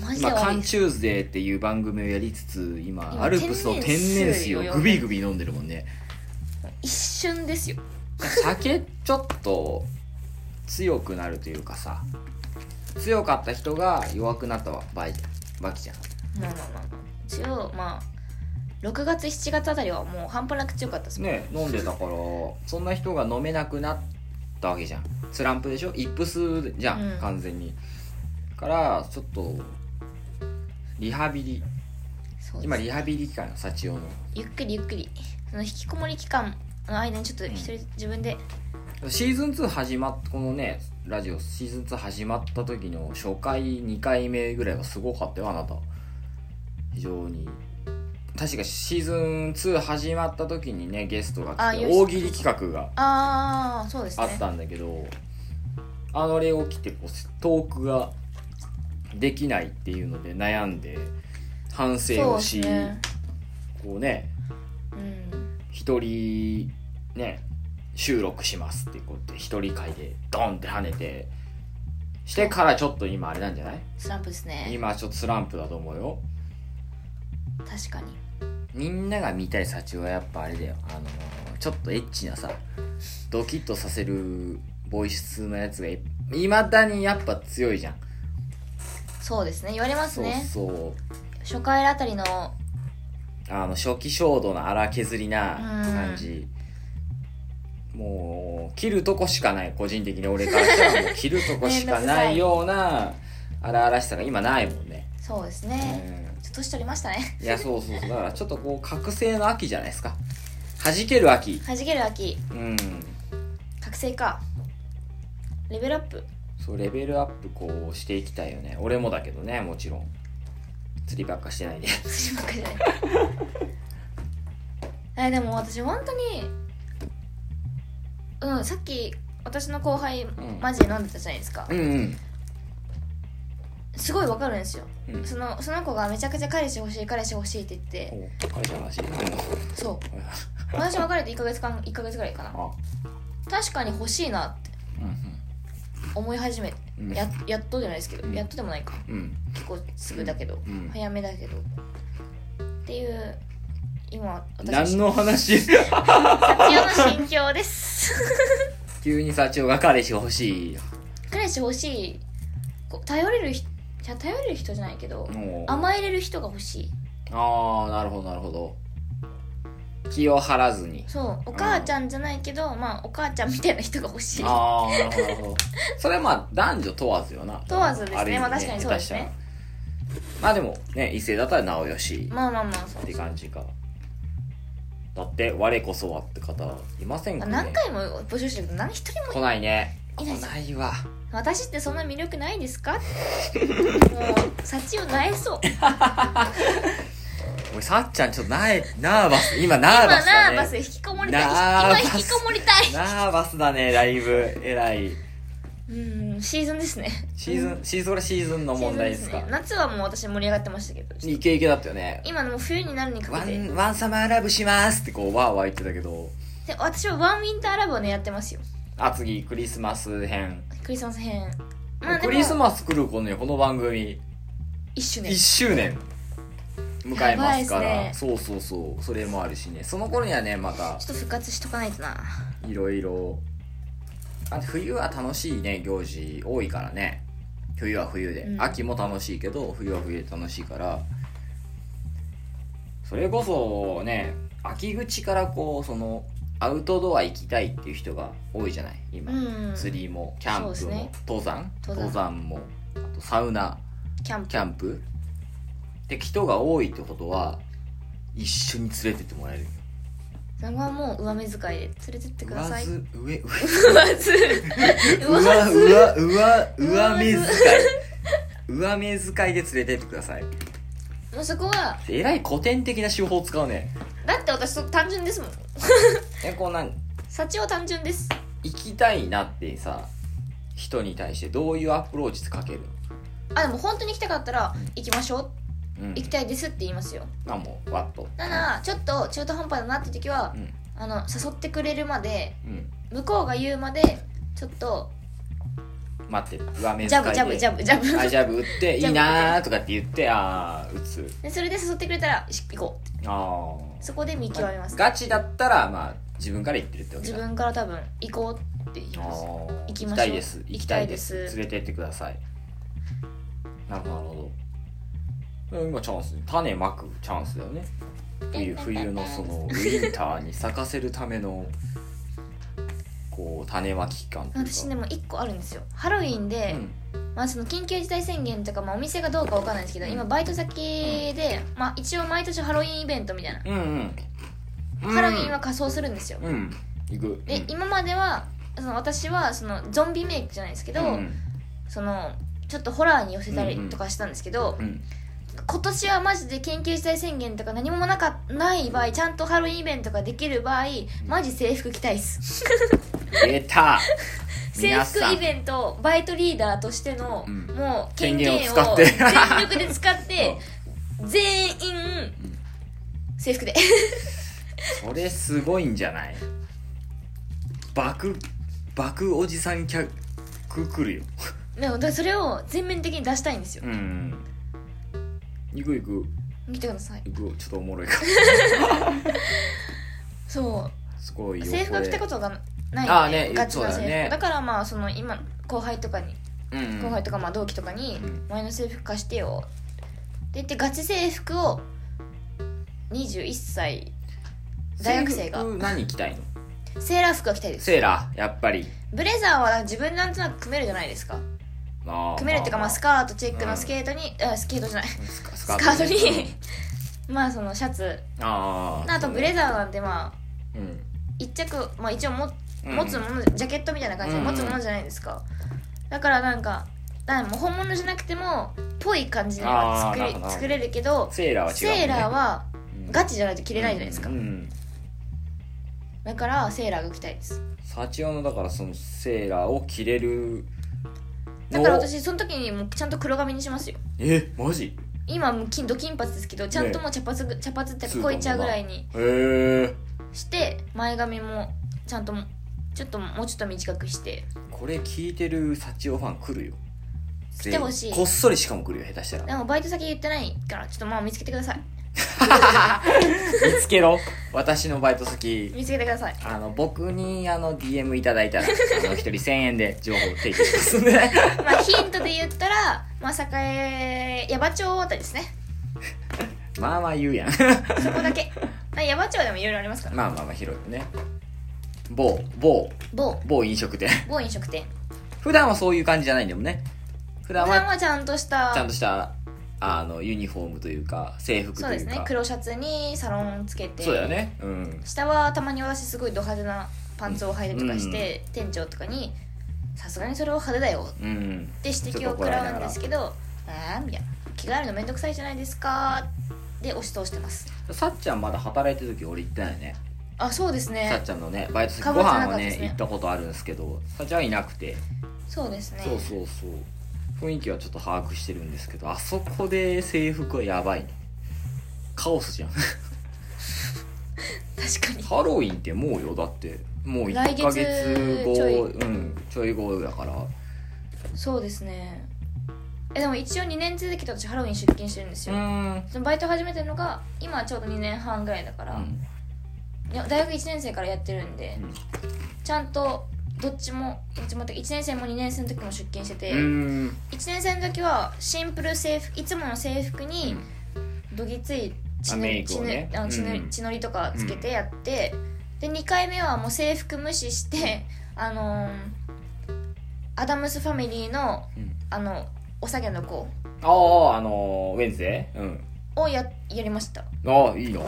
B: マジで
A: 今「カ
B: 悪い
A: ン
B: です
A: チューズデー」っていう番組をやりつつ今
B: 今
A: アルプスの天然水をグビグビ飲んでるもんね
B: 一瞬ですよ
A: 酒ちょっと強くなるというかさ強かった人が弱くなったわバイバキじゃん
B: まあまあまあまあ一応まあ6月7月あたりはもう半端なく強かったですもん
A: ね飲んでたからそんな人が飲めなくなったわけじゃんスランプでしょイップスじゃん、
B: うん
A: 完全にからちょっとリハビリ
B: そうで
A: 今
B: す
A: リハビリ期間の幸男の
B: ゆっくりゆっくりその引きこもり期間の間にちょっと一人自分で、
A: シーズン2始まっこのねラジオシーズン2始まった時の初回2回目ぐらいはすごかったよあなた非常に確かシーズン2始まった時にねゲストが
B: あ
A: 来て
B: よし
A: 大喜利企画が
B: ああそうです
A: あ
B: ね
A: ったんだけど、あのれを着てこうトークができないっていうので悩んで反省
B: そう
A: を
B: です
A: し
B: ね
A: こうね
B: うん
A: 一人ね収録しますってこうやって一人会でドンって跳ねてしてからちょっと今あれなんじゃない
B: スランプですね
A: 今ちょっとスランプだと思うよ
B: 確かに
A: みんなが見たい幸はやっぱあれだよあのーちょっとエッチなさドキッとさせるボイスのやつがいいまだにやっぱ強いじゃん
B: そうですね言われます
A: そう
B: ね
A: そう
B: 初回あたりの
A: あの初期衝動の荒削りな
B: うん
A: 感じ、もう切るとこしかない個人的に俺からしたらもう切るとこしかないよう な荒々しさが今ないもんね、
B: そうです
A: う
B: ね、
A: ん、
B: ちょっと年取りましたね
A: いやそうそうそうだからちょっとこう覚醒の秋じゃないですか弾ける秋
B: 弾ける秋
A: うん
B: 覚醒かレベルアッ プ
A: そうレベルアップこうしていきたいよね俺もだけどねもちろん釣りばっかしてない で
B: するばっかじゃないえでも私本当にうんさっき私の後輩、
A: ん
B: マジで飲んでたじゃないですか
A: うんうん
B: すごいわかるんですよ
A: うん
B: そのその子がめちゃくちゃ彼氏欲しい彼氏欲しいって言って
A: お彼氏の話
B: そう
A: うん
B: 私別れて1ヶ月間1ヶ月ぐらいかな
A: あ
B: 確かに欲しいなって
A: うん
B: 思い始めて
A: うん
B: ややっとじゃないですけど、
A: うん
B: やっとでもないか
A: うんうん
B: 結構すぐだけど、
A: うん
B: 早めだけどっていう今私
A: 何の話
B: 幸男の心境です
A: 急に社長が彼氏欲しい
B: 彼氏欲しいこう頼れる人いや頼れる人じゃないけど
A: もう
B: 甘えれる人が欲しい
A: ああなるほどなるほど気を張らずに
B: そうお母ちゃんじゃないけど、まあお母ちゃんみたいな人が欲しい
A: ああなるほどなるほど それはまあ男女問わずよな
B: 問わずですね
A: ある意味
B: まあ確かにそうですね
A: 下手したらまあでもね異性だったらなおよし
B: まあまあまあそ
A: って
B: う
A: 感じかだって我こそはって方いませんかね
B: 何回も募集してるけど何一人も
A: 来ないね来
B: いない
A: ないわ
B: 私ってそんな魅力ないですかもう幸をな えそう
A: 俺さっちゃんちょっとなえナーバス今ナー
B: 今
A: バスだ
B: ナ
A: ね
B: ーバス引きこもりたい
A: ナーバ
B: 今
A: ス
B: 引きこもりたい
A: ナーバスだねだいぶ偉い
B: うんシーズンですね
A: シーズン、シーズン、それシーズンの問題ですか
B: シーズンね夏はもう私盛り上がってましたけどちょっ
A: イケイケだったよね
B: と。今のもう冬になるにか
A: ワ
B: けてで
A: ン、ワンサマーラブしますってこう、わーわー言ってたけど、
B: 私はワンウィンターラブをねやってますよ
A: あ、次、クリスマス編。
B: クリスマス編まあで
A: ク
B: も
A: リスマス来る子ね、この番組、
B: 一周
A: 1
B: 年
A: 周年迎えますか
B: やば
A: ら、
B: いっす
A: そうそうそう、それもあるしね、その頃にはね、また
B: ちょ、っと復活しとかないとない
A: ろいろ、あ冬は楽しいね、行事多いからね。冬は冬で、
B: うん
A: 秋も楽しいけど、冬は冬で楽しいから、それこそね秋口からこうそのアウトドア行きたいっていう人が多いじゃない今、
B: うん
A: 釣りもキャン
B: そ
A: プ
B: うです
A: も、
B: ね
A: 登山
B: 登山
A: もとサウナ
B: キャンプ
A: キャンプで人が多いってことは一緒に連れてってもらえるよ
B: それはもう上目遣いで連れてってください
A: 上ず上上
B: 上ず
A: う わう
B: 上ず
A: わうわ
B: 上
A: 上目遣
B: 目
A: い上目遣いで連れてってください
B: もうそこは
A: えらい古典的な手法を使うね
B: だって私そう単純ですもん
A: えこうなん
B: 幸は単純です
A: 行きたいなってさ人に対してどういうアプローチかける
B: あでも本当に行きたかったら行きましょう
A: うん
B: 行きたいですって言いますよ
A: まあもうわっと
B: ただちょっと中途半端だなって時は
A: うん
B: あの誘ってくれるまで
A: うん
B: 向こうが言うまでちょっと
A: 待って上目遣いで
B: ジャブジャブジャブジャ
A: あ
B: ブ
A: ジャブ打ってい
B: ジャブ
A: いなーとかって言ってああ打つ
B: でそれで誘ってくれたらし行こう
A: あ
B: そこで見極めます
A: ガチだったらまあ自分から言ってるってわけ
B: 自
A: だ
B: 分から多分行こうって言い
A: あ
B: ま
A: ー
B: す行
A: 行
B: き
A: き
B: ましょう
A: たいです
B: 行きたいです
A: 行き連れてってくださいなるほどなるほど今チャンス種まくチャンスだよね冬冬のそのウィンターに咲かせるためのこう種まき期間というか
B: 私でも1個あるんですよハロウィンで、
A: うん
B: まあ、その緊急事態宣言とか、まあ、お店がどうかわかんないですけど今バイト先で、まあ、一応毎年ハロウィンイベントみたいな、
A: うんうん
B: ハロウィンは仮装するんですよ、
A: うん行く
B: で今まではその私はそのゾンビメイクじゃないですけど、
A: うん
B: そのちょっとホラーに寄せたりとかしたんですけど、
A: うん
B: 今年はマジで緊急事態宣言とか何もなかない場合ちゃんとハロウィンイベントができる場合マジ制服着たいっす
A: 出た
B: 制
A: 皆
B: 服
A: さん
B: イベントバイトリーダーとしての、
A: うん
B: もう権
A: 権
B: 限
A: 限を
B: を
A: 使って
B: 全力で 使って全員制服で
A: それすごいんじゃない爆爆おじさん客来るよ
B: でもだからそれを全面的に出したいんですよ
A: うん行く行く
B: 見てください
A: 行くちょっとおもろいから
B: そ
A: すごいうよ
B: 制服は着たことがない
A: ああ
B: んで
A: ね
B: ガチな制
A: そう
B: 服
A: だ
B: だ,、
A: よね
B: からまあその今後輩とかに
A: と、うん、
B: 後輩とかまあ同期とかに
A: うん
B: 「前の制服貸してよ」って言ってガチ制服を21歳大学生が
A: 制服何着たいの
B: セーラー服が着たいです
A: セーラーやっぱり
B: ブレザーは自分でなんとなく組めるじゃないですか
A: あー
B: 組めるっていうかまあス
A: ス
B: カートチェックのスケートに、あスケートじゃない
A: カス
B: スカート
A: ね
B: にまあそのシャツ
A: うんあ
B: あとブレ
A: ザ
B: ザーなんてまあ
A: ー、うん
B: 一着、まあ、一応も
A: うん
B: 持つもの、ジャケットみたいな感じで
A: うん
B: 持つものじゃないですか、だからなんかなんかもう本物じゃなくてもぽい感じで
A: あー
B: 作り
A: なるほど
B: 作れるけど
A: セーラーは違うもんね、
B: セーラーは
A: うん
B: ガチじゃないと着れないじゃないですか、
A: うんうん
B: だからセーラーが着たいです
A: サチオのだからそのセーラーを着れる
B: だから私その時にもうちゃんと黒髪にしますよ
A: えマジ
B: 今もう金ド金髪ですけどちゃんともう茶髪ぐ茶髪っていうか超えちゃうぐらいに
A: へえ
B: して前髪もちゃんともちょっともうちょっと短くして
A: これ聞いてるサチオファン来るよ
B: 来てほしい
A: 全員こっそりしかも来るよ下手したら
B: でもバイト先言ってないからちょっとまあ見つけてください
A: 見つけろ私のバイト先
B: 見つけてく ださい
A: あの僕にあの DM いただいたらあの一人1000円で情報を提供し ますんで
B: まあヒントで言ったら、まあ、栄矢場町あたりですね
A: まあまあ言うやん
B: そこ だけまあ矢場町でもいろいろありますから
A: まあまあまあ広いよね某某
B: 某
A: 某飲食店
B: 某飲食店
A: 普段はそういう感じじゃないんだもんね普
B: 普
A: 段
B: 段
A: は
B: はちゃんとした
A: ちゃんとしたあのユニフォームというか制服というか
B: そうですね黒シャツにサロンつけて
A: そうだよねうん
B: 下はたまに私すごいド派手なパンツを履いたりとかして、店長とかに「さすがにそれは派手だよ」
A: うん
B: って指摘を食らうんですけど「あーみたいな「着替えるのめんどくさいじゃないですか」で押し通してます
A: さっちゃんまだ働いてる時俺行ってないよね
B: あそうです
A: さっ
B: ね
A: ちゃんのねバイト先
B: かぶ
A: ご
B: ってな
A: 飯
B: か
A: は
B: ったで
A: ね
B: すね
A: 行ったことあるんですけどさっちゃんはいなくて、
B: そうですね
A: そうそうそう雰囲気はちょっと把握してるんですけどあそこで制服はやばいねカオスじゃん
B: 確かに
A: ハロウィンってもうよだってもう1
B: 来月
A: ヶ月後
B: ちょい
A: うんちょい後だからう
B: そうですねえでも一応2年続けて私ハロウィン出勤してるんですよ、
A: ーん
B: そのバイト始めてるのが今ちょうど2年半ぐらいだから、いや大学1年生からやってるんで、
A: うん
B: ちゃんとどっちもどっちもって1年生も2年生の時も出勤してて、
A: うーん
B: 1年生の時はシンプル制服いつもの制服にどぎつい血の
A: あメ
B: り
A: イク
B: 血
A: を
B: のり
A: ね
B: あの血のり
A: うん
B: 血のりとかつけてやって、で2回目はもう制服無視 してあのーアダムスファミリーの
A: うん
B: あのお下げの子
A: あああのーウェンズデーうん
B: をややりました
A: ああいいな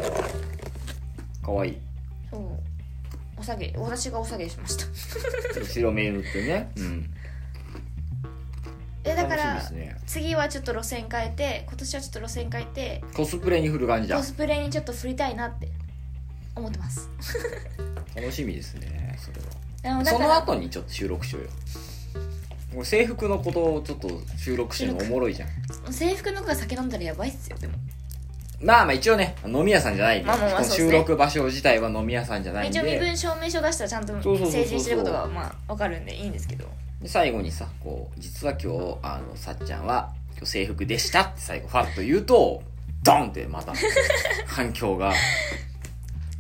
A: かわいい
B: そうお下げ私がお下げしました
A: 後ろ目塗ってねうん
B: えだから
A: 楽しみですね
B: 次はちょっと路線変えて今年はちょっと路線変えて
A: コスプレに振る感じだ
B: コスプレにちょっと振りたいなって思ってます
A: 楽しみですねそれは
B: あのだ
A: そ
B: から
A: の後にちょっと収録しようよもう制服のことをちょっと収録してるのおもろいじゃん
B: 制服の子が酒飲んだらやばいっすよでも
A: まあまあ一応ね飲み屋さんじゃないんで、
B: まあまあまあ
A: この
B: そうです
A: 収
B: ね
A: 録場所自体は飲み屋さんじゃないん
B: 一応身
A: で
B: 分証明書出したらちゃんと
A: そうそうそうそう
B: 成人してることがまあわかるんでいいんですけど
A: で最後にさこう実は今日あのさっちゃんは今日制服でしたって最後ファッと言うとドンって また反響が、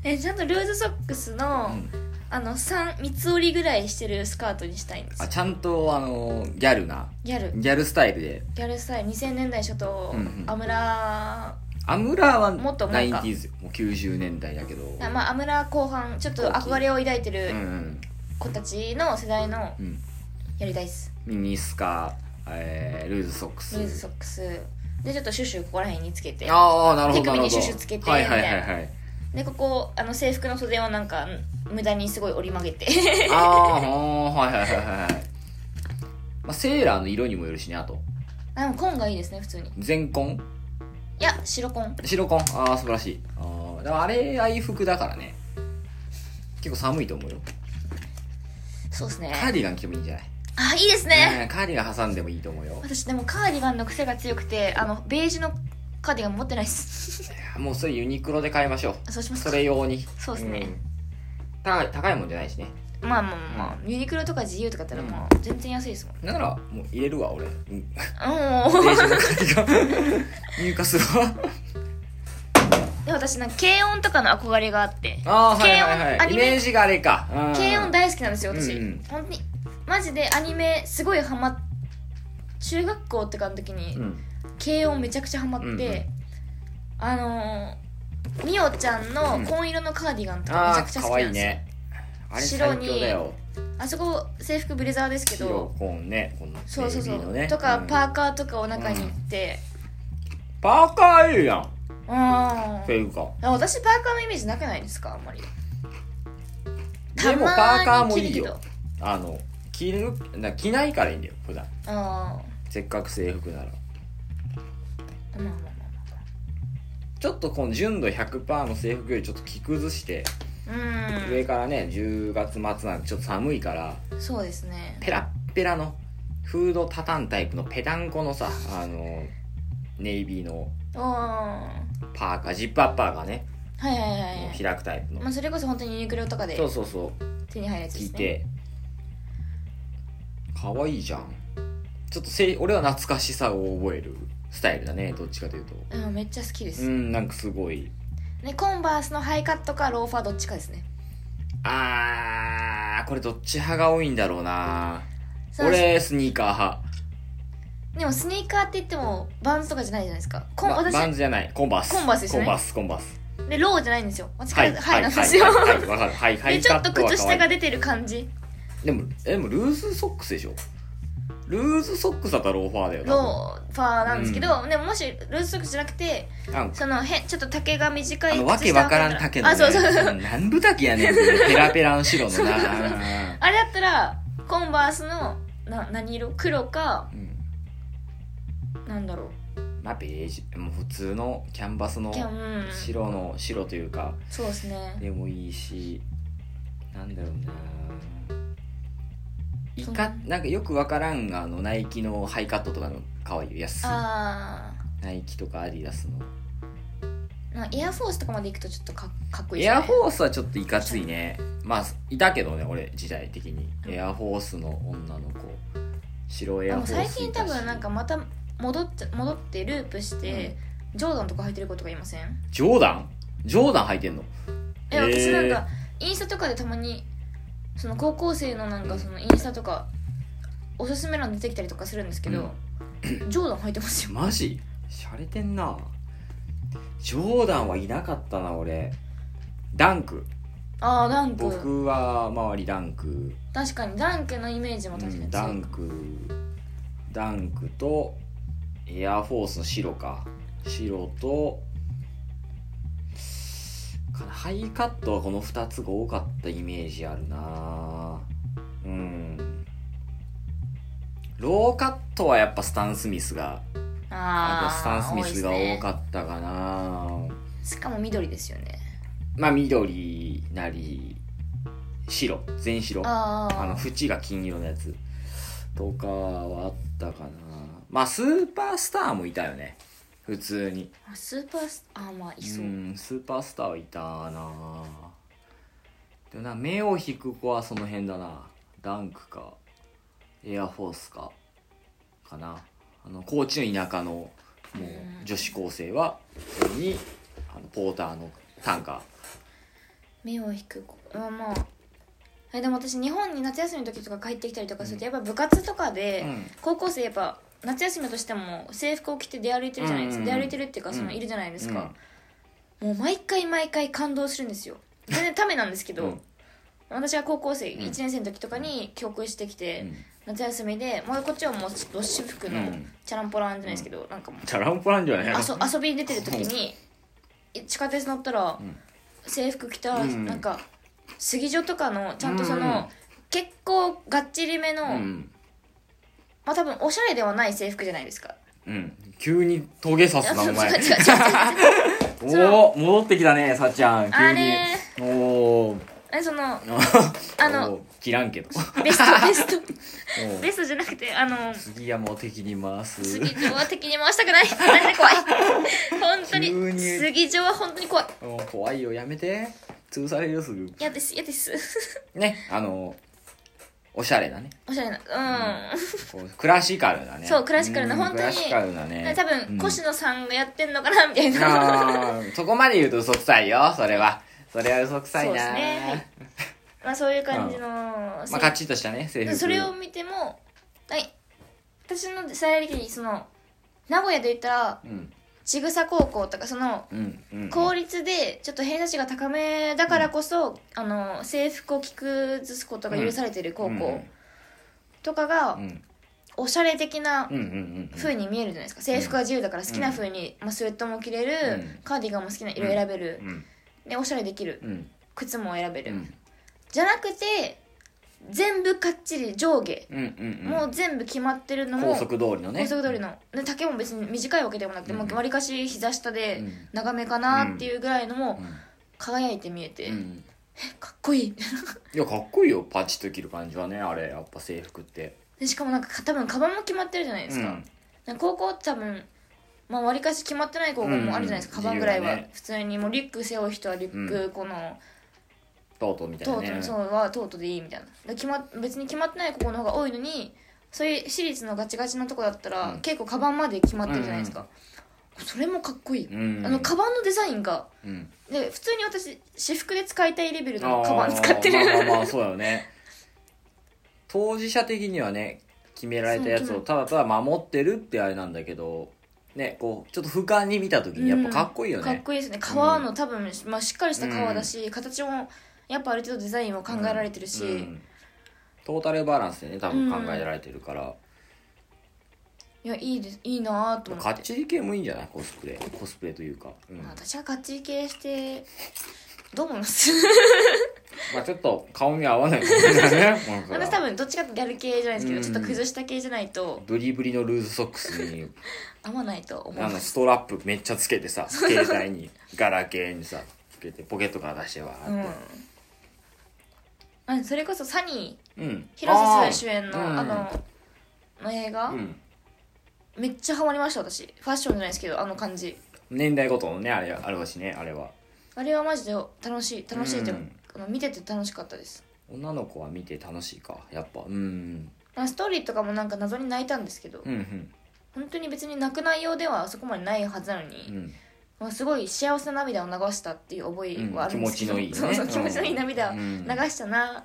B: えちゃんとルーズソックスの、
A: うん
B: あの三三つ折りぐらいしてるスカートにしたいんです
A: あ
B: よ
A: ちゃんとあのギャルな
B: ギャル
A: ギャルスタイルで
B: ギャルスタイル2000年代初頭、
A: うんうん
B: アムラ
A: アムラーは
B: もっと前か
A: 90s よもう90年代だけど
B: あまあアムラ後半ちょっと憧れを抱いて
A: うんう
B: る
A: ん
B: 子たちの世代の
A: うん
B: やりたいっす
A: ミニスカ、えールーズソックス
B: ルーズソックスでちょっとシュッシュここら辺につけて
A: ああなるほど
B: 手首に
A: なるほど
B: シュシュつけて
A: はいはいはいはい
B: でここあの制服の袖をなんか無駄にすごい折り曲げて
A: ああほーはいはいはいはいはい、まあ、セーラーの色にもよるしねあと
B: あの紺がいいですね普通にい
A: 全紺
B: や白紺
A: 白紺ああ素晴らしいあーでもあれ愛服だからね結構寒いと思うよ
B: そうですね
A: カーディガン着てもいいんじゃない、
B: あいいですね
A: うんカーディガン挟んでもいいと思うよ
B: 私でもカーディガンの癖が強くてあのベージュのカーディガン持ってないっす
A: いやもうそれユニクロで買いましょ
B: あそうしま
A: う
B: す
A: そ
B: か
A: れ用に
B: そうですね
A: ん高い高いもんじゃないしね
B: まあまあまあ、まあ、ユニクロとか GU とかだったら
A: うん
B: まあ全然安いですもん
A: なんならもう入れるわ俺、うん、
B: うん
A: ベージュのカーディガン入荷するわ
B: で私なんか軽音とかの憧れがあって
A: ああはいはい
B: 軽音ア
A: はいイ
B: ニメ
A: メージがあれかうん
B: 軽音大好きなんですよ私、
A: うんうん
B: 本当にマジでアニメすごいハマっ中学校とかの時に
A: うん
B: 軽音めちゃくちゃハマって、
A: うんうん
B: あのー、みおちゃんの紺色のカーディガンとかめちゃ
A: あ
B: くち
A: あ
B: ゃ
A: か
B: 好
A: わ
B: きないん
A: い
B: ですよ
A: ねあれ
B: 白
A: 最
B: に
A: 強だよ
B: あそこ制服ブレザーですけど
A: 白コーンねこの
B: そうそうそ
A: AB
B: う、
A: のね
B: とか、
A: うん
B: パーカーとかお腹にいって
A: パーカーいいやん
B: うん
A: というか
B: あ私パーカーのイメージなくないですかあんまり
A: でもパーカーもいい
B: たま
A: よ
B: に着る
A: あの着るな着ないからいいんだよ普段
B: けどあ
A: せっかく制服なら
B: ーまあまあま
A: ちょっとこの純度100%の制服よりちょっと着崩して、
B: あまあ
A: 上からね10月末なんでちょっと寒いから
B: うんそうですね
A: ペラッペラのフードタタンタイプのペタンコのさあのネイビーの
B: うんは
A: パーカージップアッパーがね、
B: いはいはい
A: も
B: は
A: う開くタイプ
B: い、
A: の、
B: まあ、それこそ本当にユニクロとかで
A: そうそうそう
B: 手に入るやつで
A: 聞い
B: すね
A: て可愛いじゃんちょっとせい俺は懐かしさを覚えるスタイルだねどっちかというと
B: うんめっちゃ好きで
A: う
B: す、
A: んなんかすごい
B: ねコンバースのハイカットかローファーどっちかですね
A: あーこれどっち派が多いんだろうな
B: そう
A: 俺スニーカー派
B: でもスニーカーって言ってもバンズとかじゃないじゃないですかコン、
A: ま
B: 私
A: バンズじゃないコンバース
B: コンバースですね
A: コンバースコンバース
B: でローじゃないんですよ私か
A: は
B: ら
A: い
B: はい、
A: はい
B: な
A: は
B: ん
A: い
B: ですよ、
A: はいはいわかるはいは
B: で
A: い
B: ちょっと靴下が
A: で
B: 出てる感じ
A: でもえでもルーズソックスでしょルーズソックスだったらローファーだよ
B: ローファーなんですけど、でももしルーズソックスじゃなくて
A: ーなんか
B: そのへちょっと丈が短い
A: あ
B: 靴
A: の
B: 下
A: わけわからん竹の、ね、
B: あそうそうそ
A: う
B: う
A: んなんぶ竹やねんペラペラの白のな
B: あれだったらコンバースのな何色黒か
A: うん
B: なんだろ
A: まあベージュもう普通のキャンバスの
B: うキャンうん
A: 白の白というか
B: そうですね
A: でもいいしなんだろうなイカ
B: そう
A: なんかよくわからんあのナイキのハイカットとかの可愛いよ安い
B: あ
A: ナイキとかアディダスの
B: ーなんかエアフォースとかまで行くとちょっとかかっこいいで
A: エ
B: すね
A: アフォースはちょっといかついねまあいたけどね俺時代的にエアフォースの女の子白エ
B: で
A: アフォ
B: も
A: ース
B: 最近
A: いた
B: 多
A: し
B: 分なんかまた戻っちゃ戻ってループして、ジョーダンとか履いてる子とかいません
A: ジョーダンジョーダン履いてんの
B: え私なんかインスタとかでたまにその高校生のなんかそのインスタとかおすすめ欄出てきたりとかするんです けど、ジョーダン履いてますよ
A: マジ洒落てんなジョーダンはいなかったな俺ダンク
B: ああダンク
A: 僕は周りダンク、
B: 確かにダンクのイメージも
A: う
B: 確かに
A: んダンクダンクとエアフォースの白か白とかなハイカットはこの2つが多かったイメージあるなうんローカットはやっぱスタン・スミスがやっぱ
B: ああ
A: スタン・スミスが多
B: っ
A: かったかな、
B: たしかも緑ですよね
A: まあ緑なり白全白
B: ああ
A: あの縁が金色のやつとかはあったかなまあスーパースターもいたよね普通に
B: あスーパースあーまあいそう、
A: んスーパースターはいたなでもな目を引く子はその辺だなダンクかエアフォースかかなあの高知の田舎のもう女子高生はそれにあのポーターの短歌
B: 目を引く子あーまあえでも私日本に夏休みの時とか帰ってきたりとかすると、やっぱ部活とかで、
A: うん
B: 高校生やっぱ夏休みとしても制服を着て出歩いてるじゃないですか、
A: うんうんうん
B: 出歩いてるっていうかその
A: うん
B: いるじゃないですか、もう毎回毎回感動するんですよ全然ためなんですけど、
A: うん
B: 私は高校生
A: ん
B: 1年生の時とかに帰国してきて、
A: うん
B: 夏休みでもうこっちはもうどっし服
A: う
B: の
A: ん
B: チャランポランじゃないですけど、なんかもう
A: チャランポランじゃない
B: あそ遊びに出てる時にえ地下鉄乗ったら、
A: ん
B: 制服着た、
A: うん
B: なんか杉女とかのちゃんとその、
A: うんうん
B: 結構がっちりめの、
A: うん
B: まあ多分おしゃれではない制服じゃないですか
A: うん、急にトゲ刺すなお前
B: 違う違う違う
A: おお戻ってきたねさっちゃん急に
B: あれ
A: おー
B: えその
A: あ
B: あの
A: 切らん けど
B: ベ ストベスト
A: おー
B: ベストじゃなくてあの
A: 杉山を敵に回す
B: 杉城は敵に回したくない大変怖い本当
A: 急
B: に
A: に
B: 杉城は本当に怖い
A: おー怖いよやめて潰されるよすぐ
B: 嫌です嫌です
A: ねあのおしゃれなね
B: おしゃれな
A: こうクラシカルなね
B: そうクラシカルな
A: うん
B: 本当に
A: クラシカルな
B: うん、
A: ね
B: 多分、
A: うん
B: 越野さんがやってんのかなみたいな
A: あーそこまで言うと嘘くさいよそれはそれは嘘くさいな
B: そうですねはい まあそういう感じの、
A: まあカッチッとしたね制服
B: それを見てもはい私の最歴にその名古屋で言ったら
A: うん
B: ちぐさ高校とかその
A: うんうん
B: 公立でちょっと偏差値が高めだからこそ、あの制服を着崩すことが許されてる高校とかが
A: うんうん
B: おしゃれ的な
A: うんうんうんうん
B: 風に見えるじゃないですか制服は自由だから好きな風に、まあ、スウェットも着れる、
A: うん
B: カーディガンも好きな色選べる
A: う、ん
B: でおしゃれできる
A: うん
B: 靴も選べ
A: う
B: る、
A: ん
B: じゃなくて全部かっちり上下、
A: うんうん
B: もう全部決まってるのも
A: 高速通りのね
B: 高速通りの、で丈も別に短いわけでもなくて、
A: うん
B: もうわりかし膝下
A: う
B: で
A: ん
B: 長めかなっていうぐらいのも輝いて見えて、
A: うんうん
B: かっこいい
A: いやかっこいいよパチッと切る感じはねあれやっぱ制服って
B: でしかもなんか多分カバンも決まってるじゃないです
A: う
B: か,、
A: ん
B: なんか高校多分まあわりかし決まってない高校もあるじゃないですか、
A: うん
B: カバンぐらい
A: 自由
B: は、
A: だね
B: 普通にもうリュック背負う人はリュック、
A: う
B: この
A: トートみたい
B: ト
A: な
B: ート
A: ね
B: のそうはトートでいいみたいなで決、ま、別に決まってない高校の方が多いのにそういう私立のガチガチのとこだったら、
A: うん
B: 結構カバンまで決まってるじゃないですか、それもかっこいい、
A: うん
B: あのカバンのデザインが
A: うん
B: で普通に私私服で使いたいレベル
A: あ
B: の
A: ー
B: カバン使ってる
A: まあまあまあそうよね当事者的にはね決められたやつ
B: そう
A: を
B: 決
A: ただただ守ってるってあれなんだけどねこうちょっと俯瞰に見た時にやっぱかっこいいよ
B: かっ
A: ね
B: こいいですね革の多分、まあ、しっかりした革だし、形もやっぱある程度デザインも考えられてるし、
A: うんトータルバランスでね多分考えられてるから
B: いやいいですいいなぁと思
A: か
B: っ、
A: ってちり系もいいんじゃないコスプレコスプレというかうん
B: まあ、私はガッチリ系してどう思います
A: まあちょっと顔に合わないからね
B: 私多分どっちかってギャル系じゃないですけど、
A: うん
B: ちょっと崩した系じゃないと
A: ブリブリのルーズソックスに
B: 合わないと思い
A: あ
B: ま
A: の
B: す
A: ストラップめっちゃつけて さ携帯にガラケーにさつけてポケットから出してわ
B: うん
A: ーって
B: あそれこそサニー
A: うん
B: 広瀬すず主演の
A: うん
B: あのの映画、
A: うん
B: めっちゃハマりました私ファッションじゃないですけどあの感じ
A: 年代ごとのねあれあれはしねあれは
B: あれはマジで楽しい楽しいというか
A: うん
B: あの見てて楽しかったです
A: 女の子は見て楽しいかやっぱうん
B: まあストーリーとかもなんか謎に泣いたんですけど、
A: うんうん
B: 本当に別に泣く内容ではあそこまでないはずなの
A: う
B: に、
A: ん
B: まあすごい幸せな涙を流したっていう覚えはあるんですけど、
A: うん気持ちのいいね
B: そうそう
A: うん
B: 気持ちのいい涙を
A: う
B: 流
A: ん
B: したな、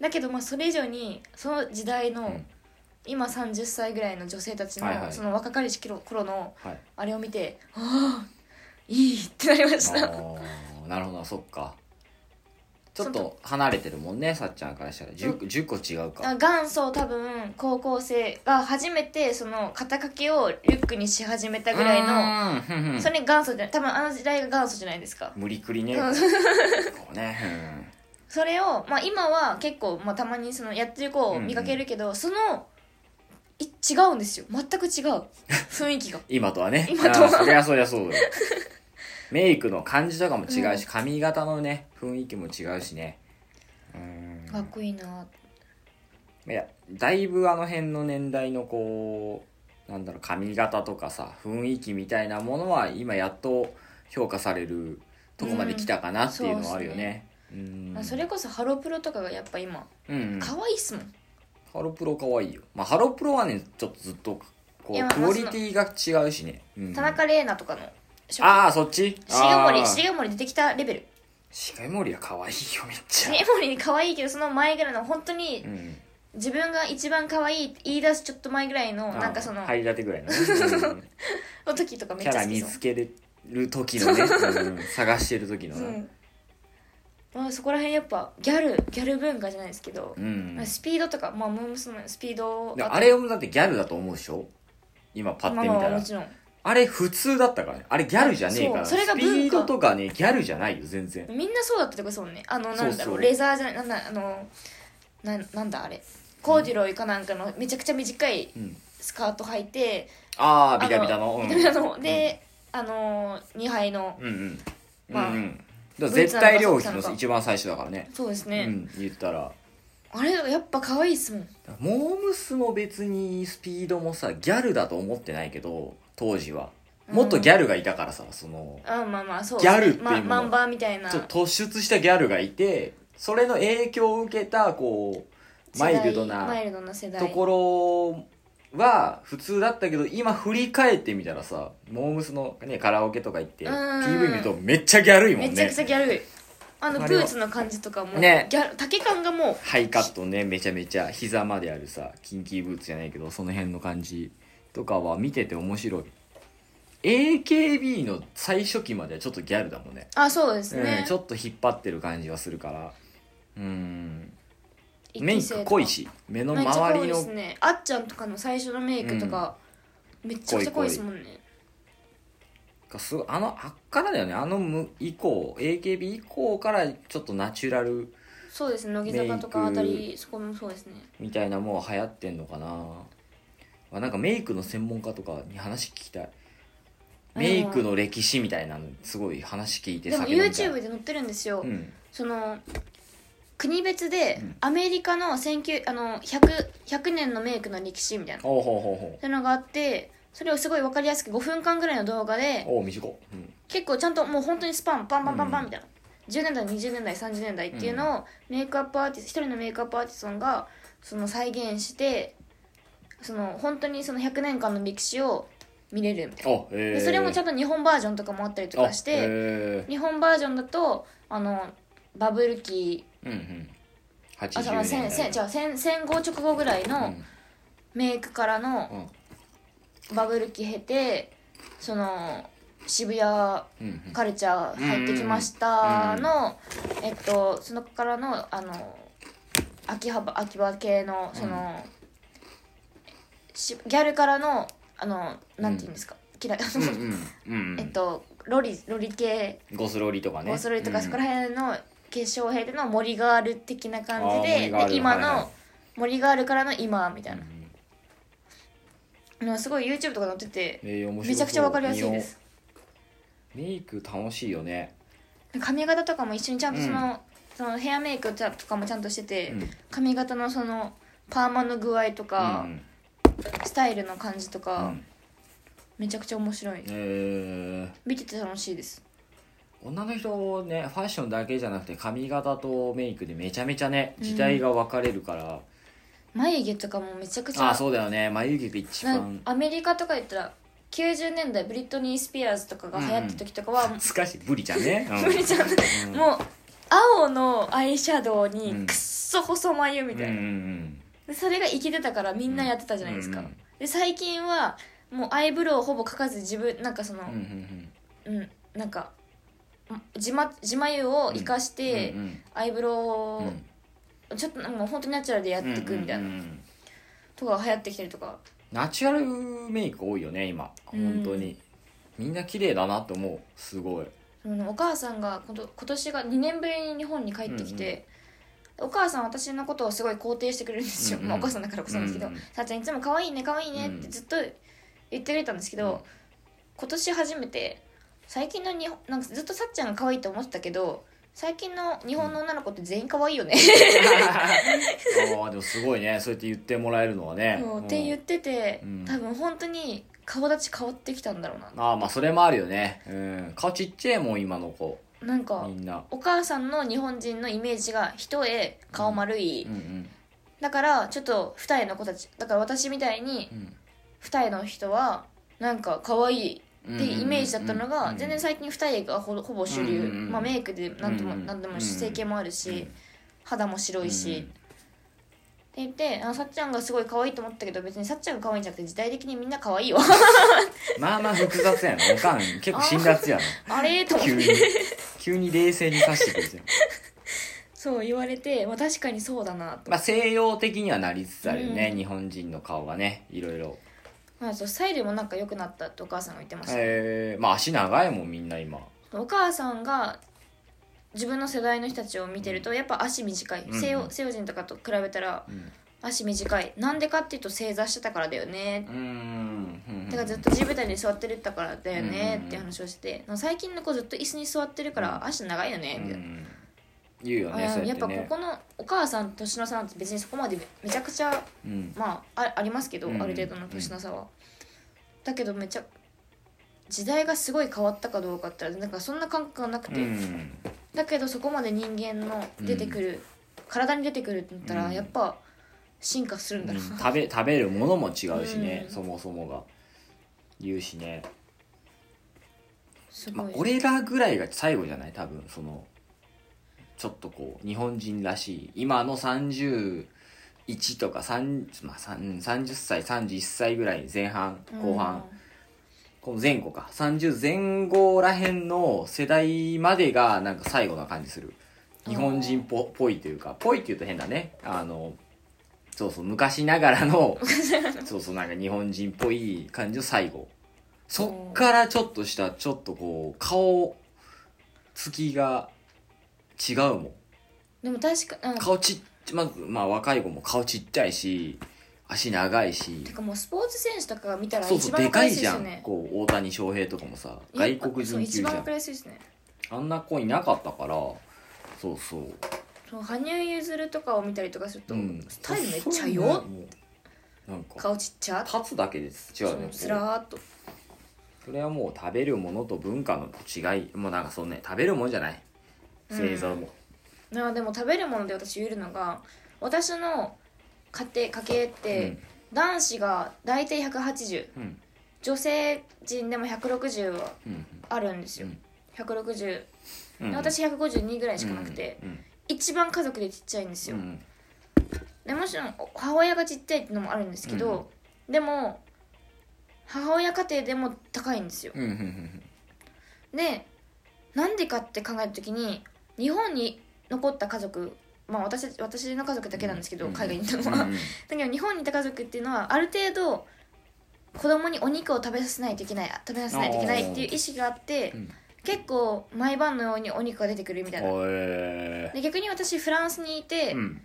B: だけどまあそれ以上にその時代の、
A: うん
B: 今30歳ぐらいの女性たちの、
A: はいはい
B: その若かりし頃の
A: はい
B: あれを見て「ああいい!」ってなりま
A: あ
B: した
A: ーなるほどそっかちょっと離れてるもんねさっちゃんからしたら 10, 10個違うか
B: あ元祖多分高校生が初めてその肩掛けをリュックにし始めたぐらいの
A: のふんふん
B: それ元祖じゃ多分あの時代が元祖じゃないですか
A: 無理くりね
B: う
A: こ
B: ん
A: うね
B: それを、まあ、今は結構、まあ、たまにそのやってる子を見かけるけど、そのい違うんですよ全く違 う雰囲気が
A: うん今とはね
B: 今とは
A: あーそりゃそりゃそうだよメイクの感じとかも違うし、髪型のね雰囲気も違うしねうん
B: かっこいいない
A: やだいぶあの辺の年代のこうなんだろう髪型とかさ雰囲気みたいなものは今やっと評価されるとこまで来たかなっていうのはあるよね。うん
B: それこそハロプロとかがやっぱ今
A: うんうん、
B: 可愛いっすもん
A: ハロプロ可愛いよ。まあハロプロはねちょっとずっとこ
B: いや
A: う
B: ま
A: ク
B: あ
A: オリティが違うしね。うん、
B: 田中玲奈とかのしょ
A: ああそっち
B: 重
A: あ
B: 森
A: ー
B: 重森出てきた レベル
A: 重森は可愛いよめっちゃ
B: 重。森可愛いけどその前ぐらいの本当に
A: うん、
B: 自分が一番可愛いって言い出すちょっと前ぐらいの なんかその
A: 入り立てぐら いの、うん
B: の時とかめっ
A: キ
B: ち
A: ャラ
B: ゃ好き
A: 見
B: そう
A: つけれる時のね、うん探してる時の、ね。
B: うんまあ、そこら辺やっぱギャルギャル文化じゃないですけど、
A: うん
B: スピードとか、まあ、ムームスのスピード
A: で
B: と
A: あれをだってギャルだと思うでしょ今パッて
B: まあ
A: 見
B: ま
A: た
B: あ
A: ら
B: もちろん
A: あれ普通だったからねあれギャルじゃねえから
B: そうそれが
A: ス
B: 文
A: ピ
B: 化
A: ードとかねギャルじゃないよ全然
B: みんなそうだったってことですもんねあのなんだろう
A: そうそう
B: レザーじゃないなんだあのななんだあれコーデュロイかなんかのめちゃくちゃ短い
A: うん
B: スカート履いて、
A: ああビタビタのうん
B: ダメなので、あの2杯の
A: うんうんう
B: まあ
A: んうんだから絶対良品の一番最初だからね
B: そうです
A: う
B: ね、
A: ん言ったら
B: あれやっぱ可愛いっすもん
A: モームスも別にスピードもさギャルだと思ってないけど当時はもっとギャルがいたからさその
B: あまあまあそうですね
A: ギャルっていうもの
B: ま、マンバーみたいな
A: ちょっと突出したギャルがいてそれの影響を受けたこうマイルドな
B: マイルドな世代
A: ところは普通だったけど今振り返ってみたらさモームスの、ね、カラオケとか行って
B: うん
A: PV 見るとめっちゃギャルいもんね
B: めちゃくちゃギャルいあの
A: あ
B: ブ
A: れは
B: ーツの感じとかも、
A: ね
B: ギャル丈感がもう
A: ハイカットねめちゃめちゃ膝まであるさキンキーブーツじゃないけどその辺の感じとかは見てて面白い AKB の最初期まではちょっとギャルだもんね
B: あそうです
A: う
B: ね
A: ん、ちょっと引っ張ってる感じはするからうん
B: 一
A: メ
B: 期
A: イ
B: 生
A: ク
B: とか
A: 濃いし目の
B: めっちゃ濃
A: 周
B: い
A: り
B: で
A: の
B: すねあっちゃんとかの最初のメイクとか、めっちゃくちゃ濃いですもんね
A: がすごいあのあっからだよねあのむ以降 AKB 以降からちょっとナチュラル
B: そうですね乃木坂とかあた
A: メ
B: りそこもそうですね
A: みたいなもう流行ってんのかなあなんかメイクの専門家とかに話聞きたいメイクの歴史みたいなのすごい話聞いて
B: でも
A: 酒飲みたい
B: YouTube で載ってるんですよ、
A: うん
B: その国別で
A: うん
B: アメリカの19あの 100, 100年のメイクの歴史みたいなそ
A: おうほうほうほ
B: ういうのがあってそれをすごい分かりやすく5分間ぐらいの動画で
A: うおう短っうん
B: 結構ちゃんともう本当にスパンパンパンパンパン
A: うん
B: みたいな、10年代20年代30年代っていうのをメイクアップアーティスト一人のメイクアップアーティストがその再現してその本当にその100年間の歴史を見れるみたいな、
A: あえ
B: で
A: ー、
B: それもちゃんと日本バージョンとかもあったりとかし
A: あ
B: て、
A: え
B: 日本バージョンだとあのバブル期
A: ー、うんうん
B: あそ
A: 80
B: の
A: 年
B: 戦
A: 代
B: 戦違う戦戦後直後ぐらいうの
A: ん
B: メイクからの
A: うん
B: バブル期経てその渋谷
A: うんうん
B: カルチャー入ってきましたの、えっとそのからのあの秋葉原秋葉系のその、しギャルからのあのなんていうんですか、嫌いあの、
A: うんうんうん
B: えっとロリロリ系
A: ゴスロリとかね
B: ゴースロリとか、
A: うん
B: そこら辺の化粧兵での森ガール的な感じ
A: あー森
B: で
A: ガール
B: で今の、
A: はいはい
B: 森ガールからの今みたいな
A: うん
B: のすごい YouTube とか載ってて
A: えー、面白そう
B: めちゃくちゃわかりやすいです
A: メイク楽しいよね、
B: 髪型とかも一緒にちゃんとその,、
A: う
B: そのヘアメイクとかもちゃんとしてて、
A: うん
B: 髪型のそのパーマの具合とか、
A: うん
B: スタイルの感じとか、
A: うん
B: めちゃくちゃ面白い
A: え
B: 見てて楽しいです
A: ー女の人ねファッションだけじゃなくて髪型とメイクでめちゃめちゃね時代が分かれるから、
B: 眉毛とかもめちゃくちゃ
A: ああそうだよね眉毛が一
B: な
A: 番
B: アメリカとか言ったら90年代ブリットニー・スピアーズとかが流行った時とかは、
A: 懐かしいブリちゃんね、 うん、
B: ブリちゃん
A: うん
B: もう青のアイシャドウ
A: う
B: に
A: ん
B: くっそ細眉みたいな、
A: うんうん
B: でそれが生きてたからみんなやってたじゃないですか、
A: うんうん
B: で最近はもうアイブロウほぼ描かず自分なんかその
A: うんうんうんうん
B: うん、なんか自ま自眉を生かして、
A: うんうん
B: アイブロウ
A: う
B: を
A: ん
B: ちょっともう本当にナチュラルでやっていくみたいな、
A: うんうんうん
B: とかが流行ってきたりとか
A: ナチュラルメイク多いよね今本当に、みんな綺麗だなと思うすごい
B: そのお母さんがこと今年が2年ぶりに日本に帰ってきて、お母さん私のことをすごい肯定してくれるんですよ、
A: うんうん
B: まあ、お母さんだからこそなんですけど「
A: うんうん
B: さあちゃんいつも可愛いね可愛いね」ってずっと言ってくれたんですけど、
A: うん
B: 今年初めて最近の日本なんかずっとさっちゃんが可愛いと思ってたけど最近の日本の女の子って全員可愛いよね、
A: ああでもすごいねそうやって言ってもらえるのはね
B: そう って言ってて、
A: うん
B: 多分本当に顔立ち変わってきたんだろうな
A: ああまあそれもあるよねうん顔ちっちゃいもん今の子
B: なんか
A: みんな
B: お母さんの日本人のイメージが一重顔丸い、
A: うんうん
B: だからちょっと二重の子たちだから私みたいに
A: うん
B: 二重の人はなんか可愛いってイメージだったの
A: うんうんう
B: が
A: ん
B: 全然最近二重がほほぼ主
A: うん
B: 流、
A: うんうん
B: まあ、メイクで何とも
A: うんうん
B: 何でも整形もあるし、肌も白いし、
A: うん
B: って言ってあのさっちゃんがすごい可愛いと思ったけど別にさっちゃんが可愛いんじゃなくて時代的にみんな可愛 いよ
A: まあまあ複雑やなおかん結構辛辣 やな
B: あれと思っ
A: 急
B: て
A: に急に冷静に指してくるじゃん
B: そう言われて、まあ、確かにそうだなと、
A: まあ西洋的にはなりつつあるよね、
B: うん
A: 日本人の顔がねいろいろ
B: まあ、そうスタイルもなんか良くなったってお母さんが言ってました、
A: えー、まあ足長いもんみんな今
B: お母さんが自分の世代の人たちを見てるとやっぱ足短い、
A: うん
B: 西洋西洋人とかと比べたら
A: うん
B: 足短いなんでかっていうと正座してたからだよね
A: うーんうん
B: だからずっと地べたに座ってるったからだよね
A: うん
B: っていう話をして最近の子ずっと椅子に座ってるから足長いよねみたいな
A: うん言うよね
B: あ
A: そう
B: や
A: や
B: っ
A: って
B: ぱ
A: ね
B: ここのお母さん年の差なんて別にそこまでめちゃくちゃ
A: うん
B: まああありますけど、
A: うん
B: ある程度の年の差は、だけどめちゃ時代がすごい変わったかどうかって言ったらなんかそんな感覚がなく
A: う
B: て、
A: ん
B: だけどそこまで人間の出てくる、体に出てくるって言ったら
A: うん
B: やっぱ進化するんだろうな、
A: 食べ食べるものも違うしね、
B: うん
A: そもそもが言うしね、
B: す
A: ま
B: ご
A: あ
B: い、
A: 俺らぐらいが最後じゃない多分そのちょっとこう日本人らしい今の31とか、3まあ、さんうん30歳31歳ぐらい前半後半、この前後か30前後らへんの世代までがなんか最後な感じする日本人っぽぽいというかぽいって言うと変だねあのそうそう昔ながらのそうそうなんか日本人っぽい感じの最後そっからちょっとしたちょっとこう顔つきが違うもん
B: うんでも確かなんか
A: 顔ちっまず、まあ、若い子も顔ちっちゃいし足長いして
B: かもうスポーツ選手とかが見たら
A: そうそ
B: 一
A: う
B: 番
A: で
B: わ
A: か
B: り
A: い
B: やすい
A: じ
B: で
A: ゃ
B: すよ
A: ん
B: ね
A: こう大谷翔平とかもさ
B: やっ
A: 外
B: ぱ
A: 国
B: そう
A: 人級
B: 一
A: じゃ
B: 番わか
A: ん
B: りやすいですね
A: あんな子いなかったからそうそう
B: そう羽生結弦とかを見たりとかすると、
A: うん
B: スタイルめっちゃよ
A: なんか
B: 顔ちっちゃ
A: 立つだけです違うね
B: すらーっと
A: それはもう食べるものと文化の違いもうなんかそうね食べるもんじゃない製造も、
B: なあでも食べるもので私言えるのが私の家庭家系って、男子が大体180
A: うんうん
B: 女性陣でも160は
A: うん
B: あるんですよ、
A: うん
B: 160、
A: うんうん
B: 私152ぐらいしかなくて、
A: うん
B: 一番家族でちっちゃいんです
A: う
B: よ、
A: ん
B: でもちろんお母親がちっちゃいってのもあるんですけど、でも母親家庭でも高いんですよ
A: うんうんうんうん
B: でなんでかって考えた時に日本に残った家族まあ私たち私の家族だけなんですけど、
A: うん
B: 海外にいたのは、
A: うんうん
B: だけど日本にいた家族っていうのはある程度子供にお肉を食べさせないといけない食べさせないといけないっていう意識があ って
A: うん
B: 結構毎晩のようにお肉が出てくるみたいな
A: おえ
B: で逆に私フランスにいて、
A: ーうん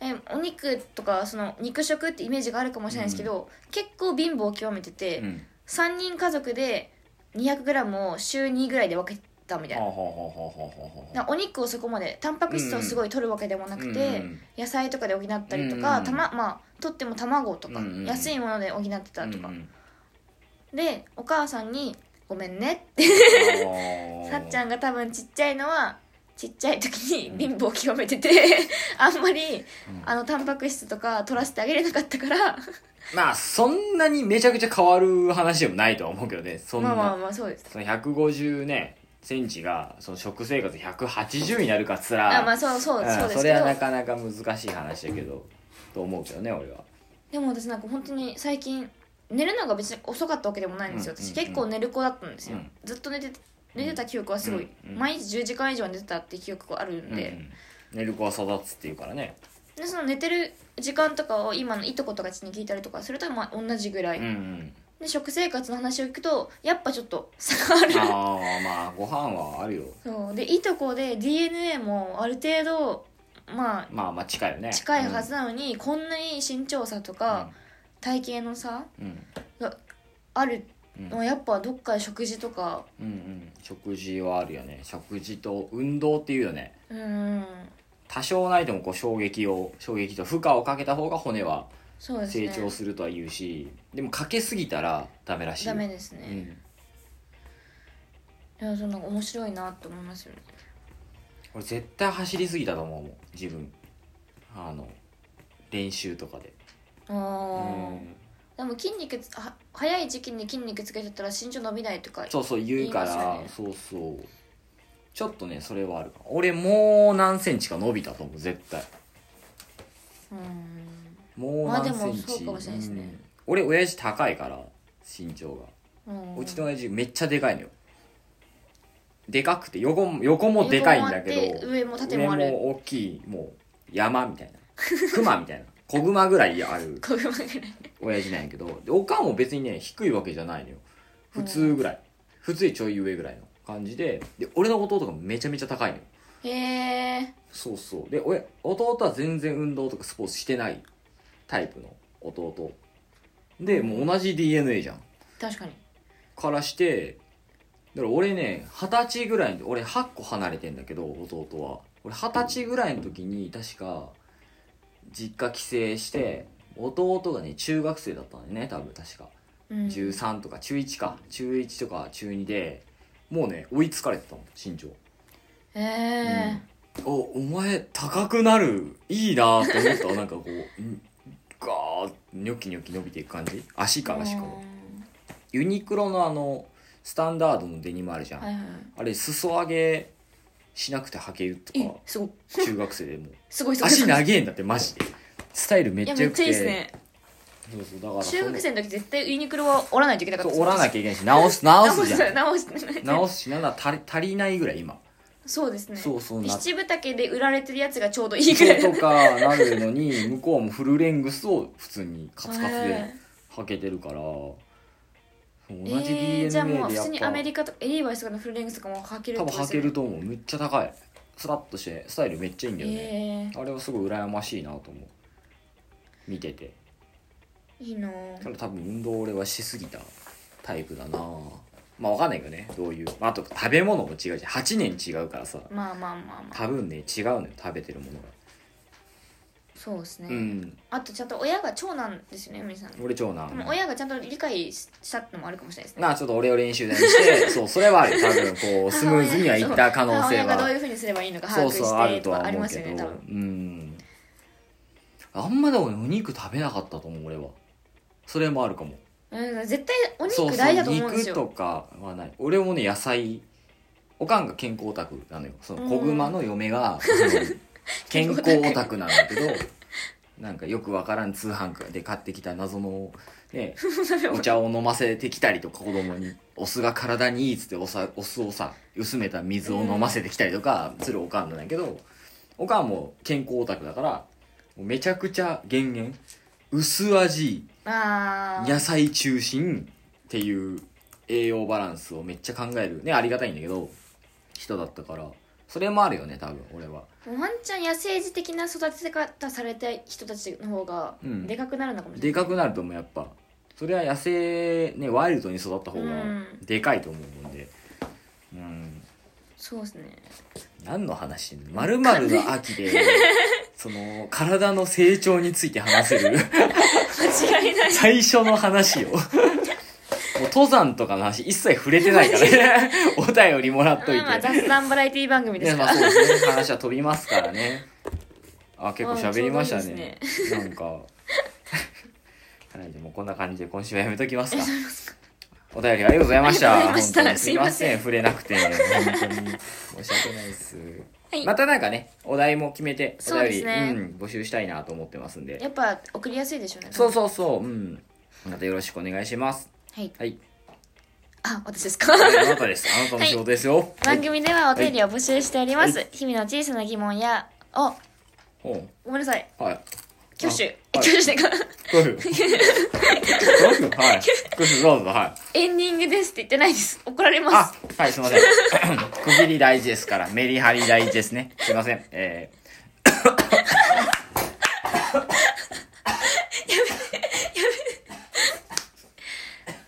B: えお肉とかその肉食ってイメージがあるかもしれないですけど、結構貧乏を極めてて、
A: うん
B: 3人家族で 200g を週2ぐらいで分けたみたい
A: はあ
B: な
A: はあはあはあはあはあ
B: だからお肉をそこまでタンパク質をすごい取るわけでもなくて、
A: うん
B: 野菜とかで補ったりとか、
A: うん
B: たままあ取っても卵とか、
A: うんうん
B: 安いもので補ってたとか、
A: うんうん
B: でお母さんに「ごめんね」って
A: あー
B: さっちゃんが多分ちっちゃいのはちっちゃい時に貧乏を極めて てあんまりあのタンパク質とか取らせてあげれなかったから
A: まあそんなにめちゃくちゃ変わる話でもないとは思うけどねそんな、
B: まあまあまあそうです
A: その150ねセンチがその食生活180になるかっつら
B: あまあそうそう
A: うん
B: そうです
A: そ
B: け
A: れ
B: ど
A: はなかなか難しい話だけどと思うけどね俺は
B: でも私なんか本当に最近寝るのが別に遅かったわけでもないんですよ、
A: うんうんうん
B: 私結構寝る子だったんですよ、
A: うん
B: ずっと寝て寝てた記憶はすごい、
A: うんうん
B: 毎日10時間以上寝てたって記憶があるんで、
A: うん寝る子は育つっていうからね
B: でその寝てる時間とかを今のいとことかちに聞いたりとかするとまあ同じぐらい、
A: うんうん
B: で食生活の話を聞くとやっぱちょっと 差がある
A: ああまあご飯はあるよ
B: そうでいとこで DNA もある程度まあ
A: まあまあ近いよね
B: 近いはずなのに、こんなに身長差とか体型の差
A: うんうん
B: ある
A: うん
B: のはやっぱどっかで食事とか
A: うんうん食事はあるよね食事と運動っていうよね
B: うん
A: 多少ないともこう衝撃を衝撃と負荷をかけた方が骨は
B: そうです
A: 成
B: ね
A: 長するとは言うしで,、もかけすぎたらダメらしい
B: ダメです
A: う
B: ね、
A: ん
B: いやそんな面白いなって思いますよね
A: 俺絶対走りすぎたと思うもん自分あの練習とかで
B: ああ、でも筋肉つは早い時期に筋肉つけちゃったら身長伸びないとか
A: そうそう言うか
B: 言い
A: ら、
B: ます
A: そうそうちょっとねそれはあるか俺もう何センチか伸びたと思う絶対
B: うん
A: もう
B: まあ
A: 何
B: で
A: セ
B: も
A: ンチ、
B: そうかもしれないですね
A: うん俺親父高いから身長が、
B: うん
A: うちの親父めっちゃでかいのよでかくて横も横もでかいんだけ
B: 横もあって
A: ど
B: 上も縦もあ
A: 上
B: る
A: も大きいもう山みたいな熊みたいな子熊ぐらいある
B: こういうわけない
A: 親父なんやけどでおかんも別にね低いわけじゃないのよ普通ぐらい普通よりちょい上ぐらいの感じでで俺の弟がめちゃめちゃ高いのよ
B: へえ
A: そうそうで俺弟は全然運動とかスポーツしてないタイプの弟でもう同じ DNA じゃん
B: 確かに
A: からしてだから俺ね二十歳ぐらいの俺8個離れてんだけど弟は俺二十歳ぐらいの時に確か実家帰省して弟がね中学生だったんだよね多分確か
B: うん
A: 13とか中1か中1とか中2でもうね追いつかれてたもん身長、
B: へえ
A: おお前高くなるいいなと思った なんかこうんガーッニョキニョキ伸びていく感じ足からしかもユニクロのあのスタンダードのデニムあるじゃん、
B: はいはい
A: あれ裾上げしなくて履けると
B: え
A: か
B: すご
A: 中学生で も
B: すごいすごい
A: 足長
B: い
A: えんだってマジでスタイルめっち
B: や
A: ゃ
B: め
A: 良
B: っ
A: く
B: ち
A: て
B: ゃいいですね
A: そうそうだからその
B: 中学生の時絶対ユニクロは折らないといけなか
A: そ
B: った
A: う折らなきゃいけないし直す直
B: 直
A: す
B: す
A: じゃん
B: 直す
A: 直すしなんなら足り足りないぐらい今
B: そうですね
A: そうそうな
B: 七分丈で売られてるやつがちょうどいいぐらい
A: そうとかなるのに 向こうもフルレングスを普通にカツカツで履けてるから同
B: え
A: じ DNA で
B: ー
A: やっ
B: じゃあもう普通にアメ
A: ぱ
B: リカとかエリーバイスとかのフルレングスとかも履けるっ
A: 多
B: て
A: 分
B: ことで
A: 履
B: すよ
A: け
B: ね
A: ると思うめっちゃ高いスラッとしてスタイルめっちゃいいんだよね
B: え
A: あれはすごい羨ましいなと思う見てて
B: ーいいなぁ
A: ただ多分運動俺はしすぎたタイプだなまあわかんないけどねどういうまああと食べ物も違うし8年違うからさ
B: まあまあまあまあ
A: 多分ね違うのよ食べてるものが
B: そうですね、
A: うん
B: あとちゃんと親が長男ですよねみさんで
A: 俺長男
B: も親がちゃんと理解したってのもあるかもしれないですね
A: まあちょっと俺を練習台にして、そう、それはある。多分、こう、スムーズにはいった可能性
B: 母親がどうい
A: は、
B: うふうにすればいいのか把
A: そう
B: 握して
A: そう、あると
B: と
A: は
B: かあり
A: 思う
B: ます
A: け
B: よね
A: ど、
B: 多
A: う
B: 分
A: ん。あんまでもお肉食べなかったと思う、俺は。それもあるかも。
B: うん絶対お
A: そう
B: 肉
A: そ
B: 大
A: う、
B: 事だと思うんです
A: 肉
B: よ
A: とかはない。俺もね、野菜、おかんが健康オタクなのよ。その、子熊の嫁 が、その健康オタクなんだけど、なんかよくわからん通販で買ってきた謎の、 ね、お茶を飲ませてきたりとか子供にお酢が体にいいっつっておさお酢をさ薄めた水を飲ませてきたりとかするおかんなんだけどおかんも健康オタクだからもうめちゃくちゃ減塩薄味
B: あー
A: 野菜中心っていう栄養バランスをめっちゃ考えるねありがたいんだけど人だったからそれもあるよね多分俺は
B: ワンちゃん野生児的な育て方された人たちの方が
A: うん
B: でかくなるのかもしれ
A: で
B: ない、
A: かくなるともうやっぱそれは野生ねワイルドに育った方
B: う
A: が
B: ん
A: でかいと思うもんでうん
B: そうですね
A: 何の話してんの丸々の秋で、 その、体の成長について話 せる、
B: 間違いない
A: 最初の話 を。もう登山とかの話一切触れてないからね。お便りもらっといて。
B: まあ雑談バラエティ番組で
A: ね、
B: すか
A: ま
B: ら
A: あそうですね。話は飛びますからね。あ、結構喋りました
B: うん
A: ね。なんか。はい、でもこんな感じで今週はやめときますか。お便りありがとうございました。
B: ありがとうござ
A: 本
B: いました
A: 当にすいませ
B: すいませ
A: ん、
B: ん
A: 触れなくて。本当に申し訳ないです。
B: はい
A: またなんかね、お題も決めて、お
B: そう
A: 便
B: で
A: り
B: すね
A: うん、募集したいなと思ってますんで。
B: やっぱ送りやすいでしょうね
A: そうそうそう、うん。またよろしくお願いします。
B: はい
A: はい。
B: あ、私ですか
A: あなたです。あなたの仕事ですよ。
B: 番組ではお便りを募集しております。日々の小さな疑問や、あ、
A: はい。
B: ごめんなさい。
A: うんはい。
B: 挙手。え、
A: あはい
B: 挙手か。
A: どうぞ。どうぞ。はい。どうぞどうぞ。はい。
B: エンディングですって言ってないです。怒られます
A: あ。、はい、すいません。 区切り大事ですから、メリハリ大事ですね。すいません。え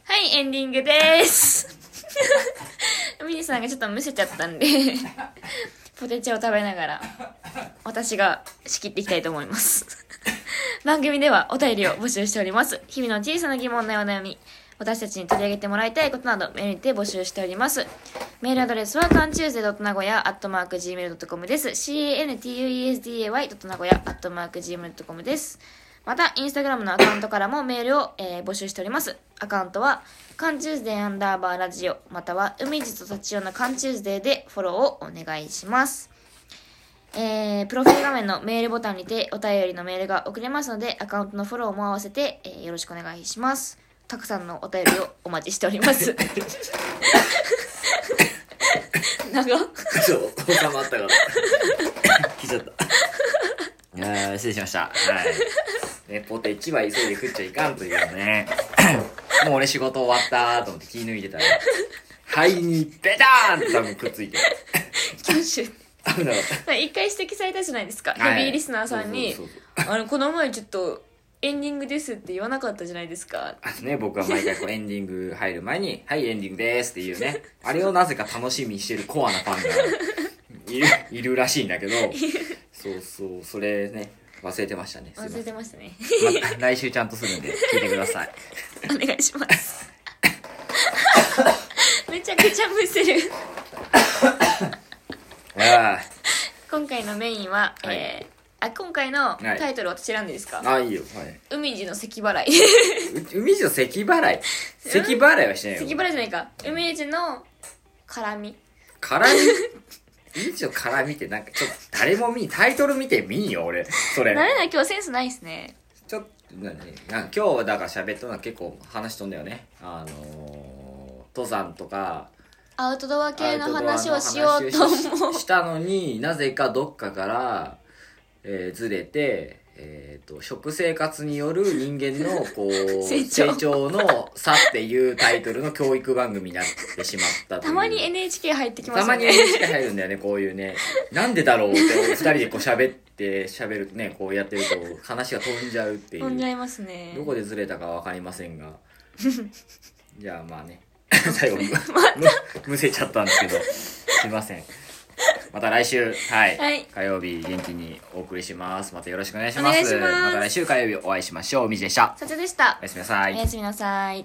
B: はい、エンディングです。ミニさんがちょっとむせちゃったん で、ポテチを食べながら、私が仕切っていきたいと思います。番組ではお便りを募集しております。日々の小さな疑問やお悩み、私たちに取り上げてもらいたいことなどメールにて募集しております。メールアドレスは、かんちゅうぜ .nagoya.gmail.com です。cantuesday.nagoya.gmail.com です。また、インスタグラムのアカウントからもメールを、えー募集しております。アカウントは、かんちゅうぜアンダーバーラジオ、または、海地と立ちよのかんちゅうぜでフォローをお願いします。えー、プロフィール画面のメールボタンにてお便りのメールが送れますので、アカウントのフォローも合わせて、えーよろしくお願いします。たくさんのお便りをお待ちしております。長っ
A: ー、ちょっと、収まったから。 来ちゃった。いやー失礼しました。はい。ね、ポテチは急いで食っちゃいかんというね。 もう俺仕事終わったーと思って気抜いてたら、肺にベターンって多分くっついてる。
B: 九州
A: 危なかっ
B: 一回指摘されたじゃないですか、
A: た。
B: ヘビーリスナーさんに
A: そうそうそうそう
B: あのこの前ちょっとエンディングですって言わなかったじゃないですか
A: あのね、僕は毎回こうエンディング入る前に、 はい、エンディングですっていうね、あれをなぜか楽しみにしてるコアなファンがい る、いるらしいんだけど、そうそう、それね、忘れてましたね。すいま
B: 忘
A: せ
B: れ
A: ん
B: てましたね
A: また来週ちゃんとするんで、聞いてください。
B: お願いしますめちゃくちゃむせる
A: あ
B: 今回のメインは、
A: はい
B: えーあ今回の
A: はい
B: タイトル私選んでいいですか、
A: あ、ああ、いいよ。はい。
B: 海地の咳払い
A: う海地の咳払い。咳払いはしてないよ。
B: 咳払いじゃないか海地の絡み
A: 絡み。海地の絡みってなんかちょっと誰も見ん、タイトル見てみんよ、俺。それ
B: 慣。れない今日センスないですね
A: ちょっと、なに、な今日はだから喋ったのは結構話飛んだよね。あのー、登山とか、
B: アウトドア系の話をしよ
A: アウ
B: う
A: ト
B: と
A: ドア
B: 思
A: の話をししたのになぜかどっかから、えーずれて、えー、と食生活による人間のこう
B: 成長
A: の差っていうタイトルの教育番組になってしまった
B: う
A: という
B: たまに NHK 入ってきます
A: た
B: よね
A: まに NHK 入るんだよねこういうねなんでだろうって2人でこう喋って喋るとねこうやってると話が飛んじゃうっていう
B: 飛んじゃいますね
A: どこでずれたかわかりません が。じゃあまあね。 最後む、む、むせちゃったんですけど。すいません。また来週、はい。
B: はい
A: 火曜日元気にお送りします。またよろしくお願いします。
B: お願いします
A: た来週火曜日お会いしましょう。みじでした。
B: 社長でした
A: おやすみなさい
B: おや。すみなさい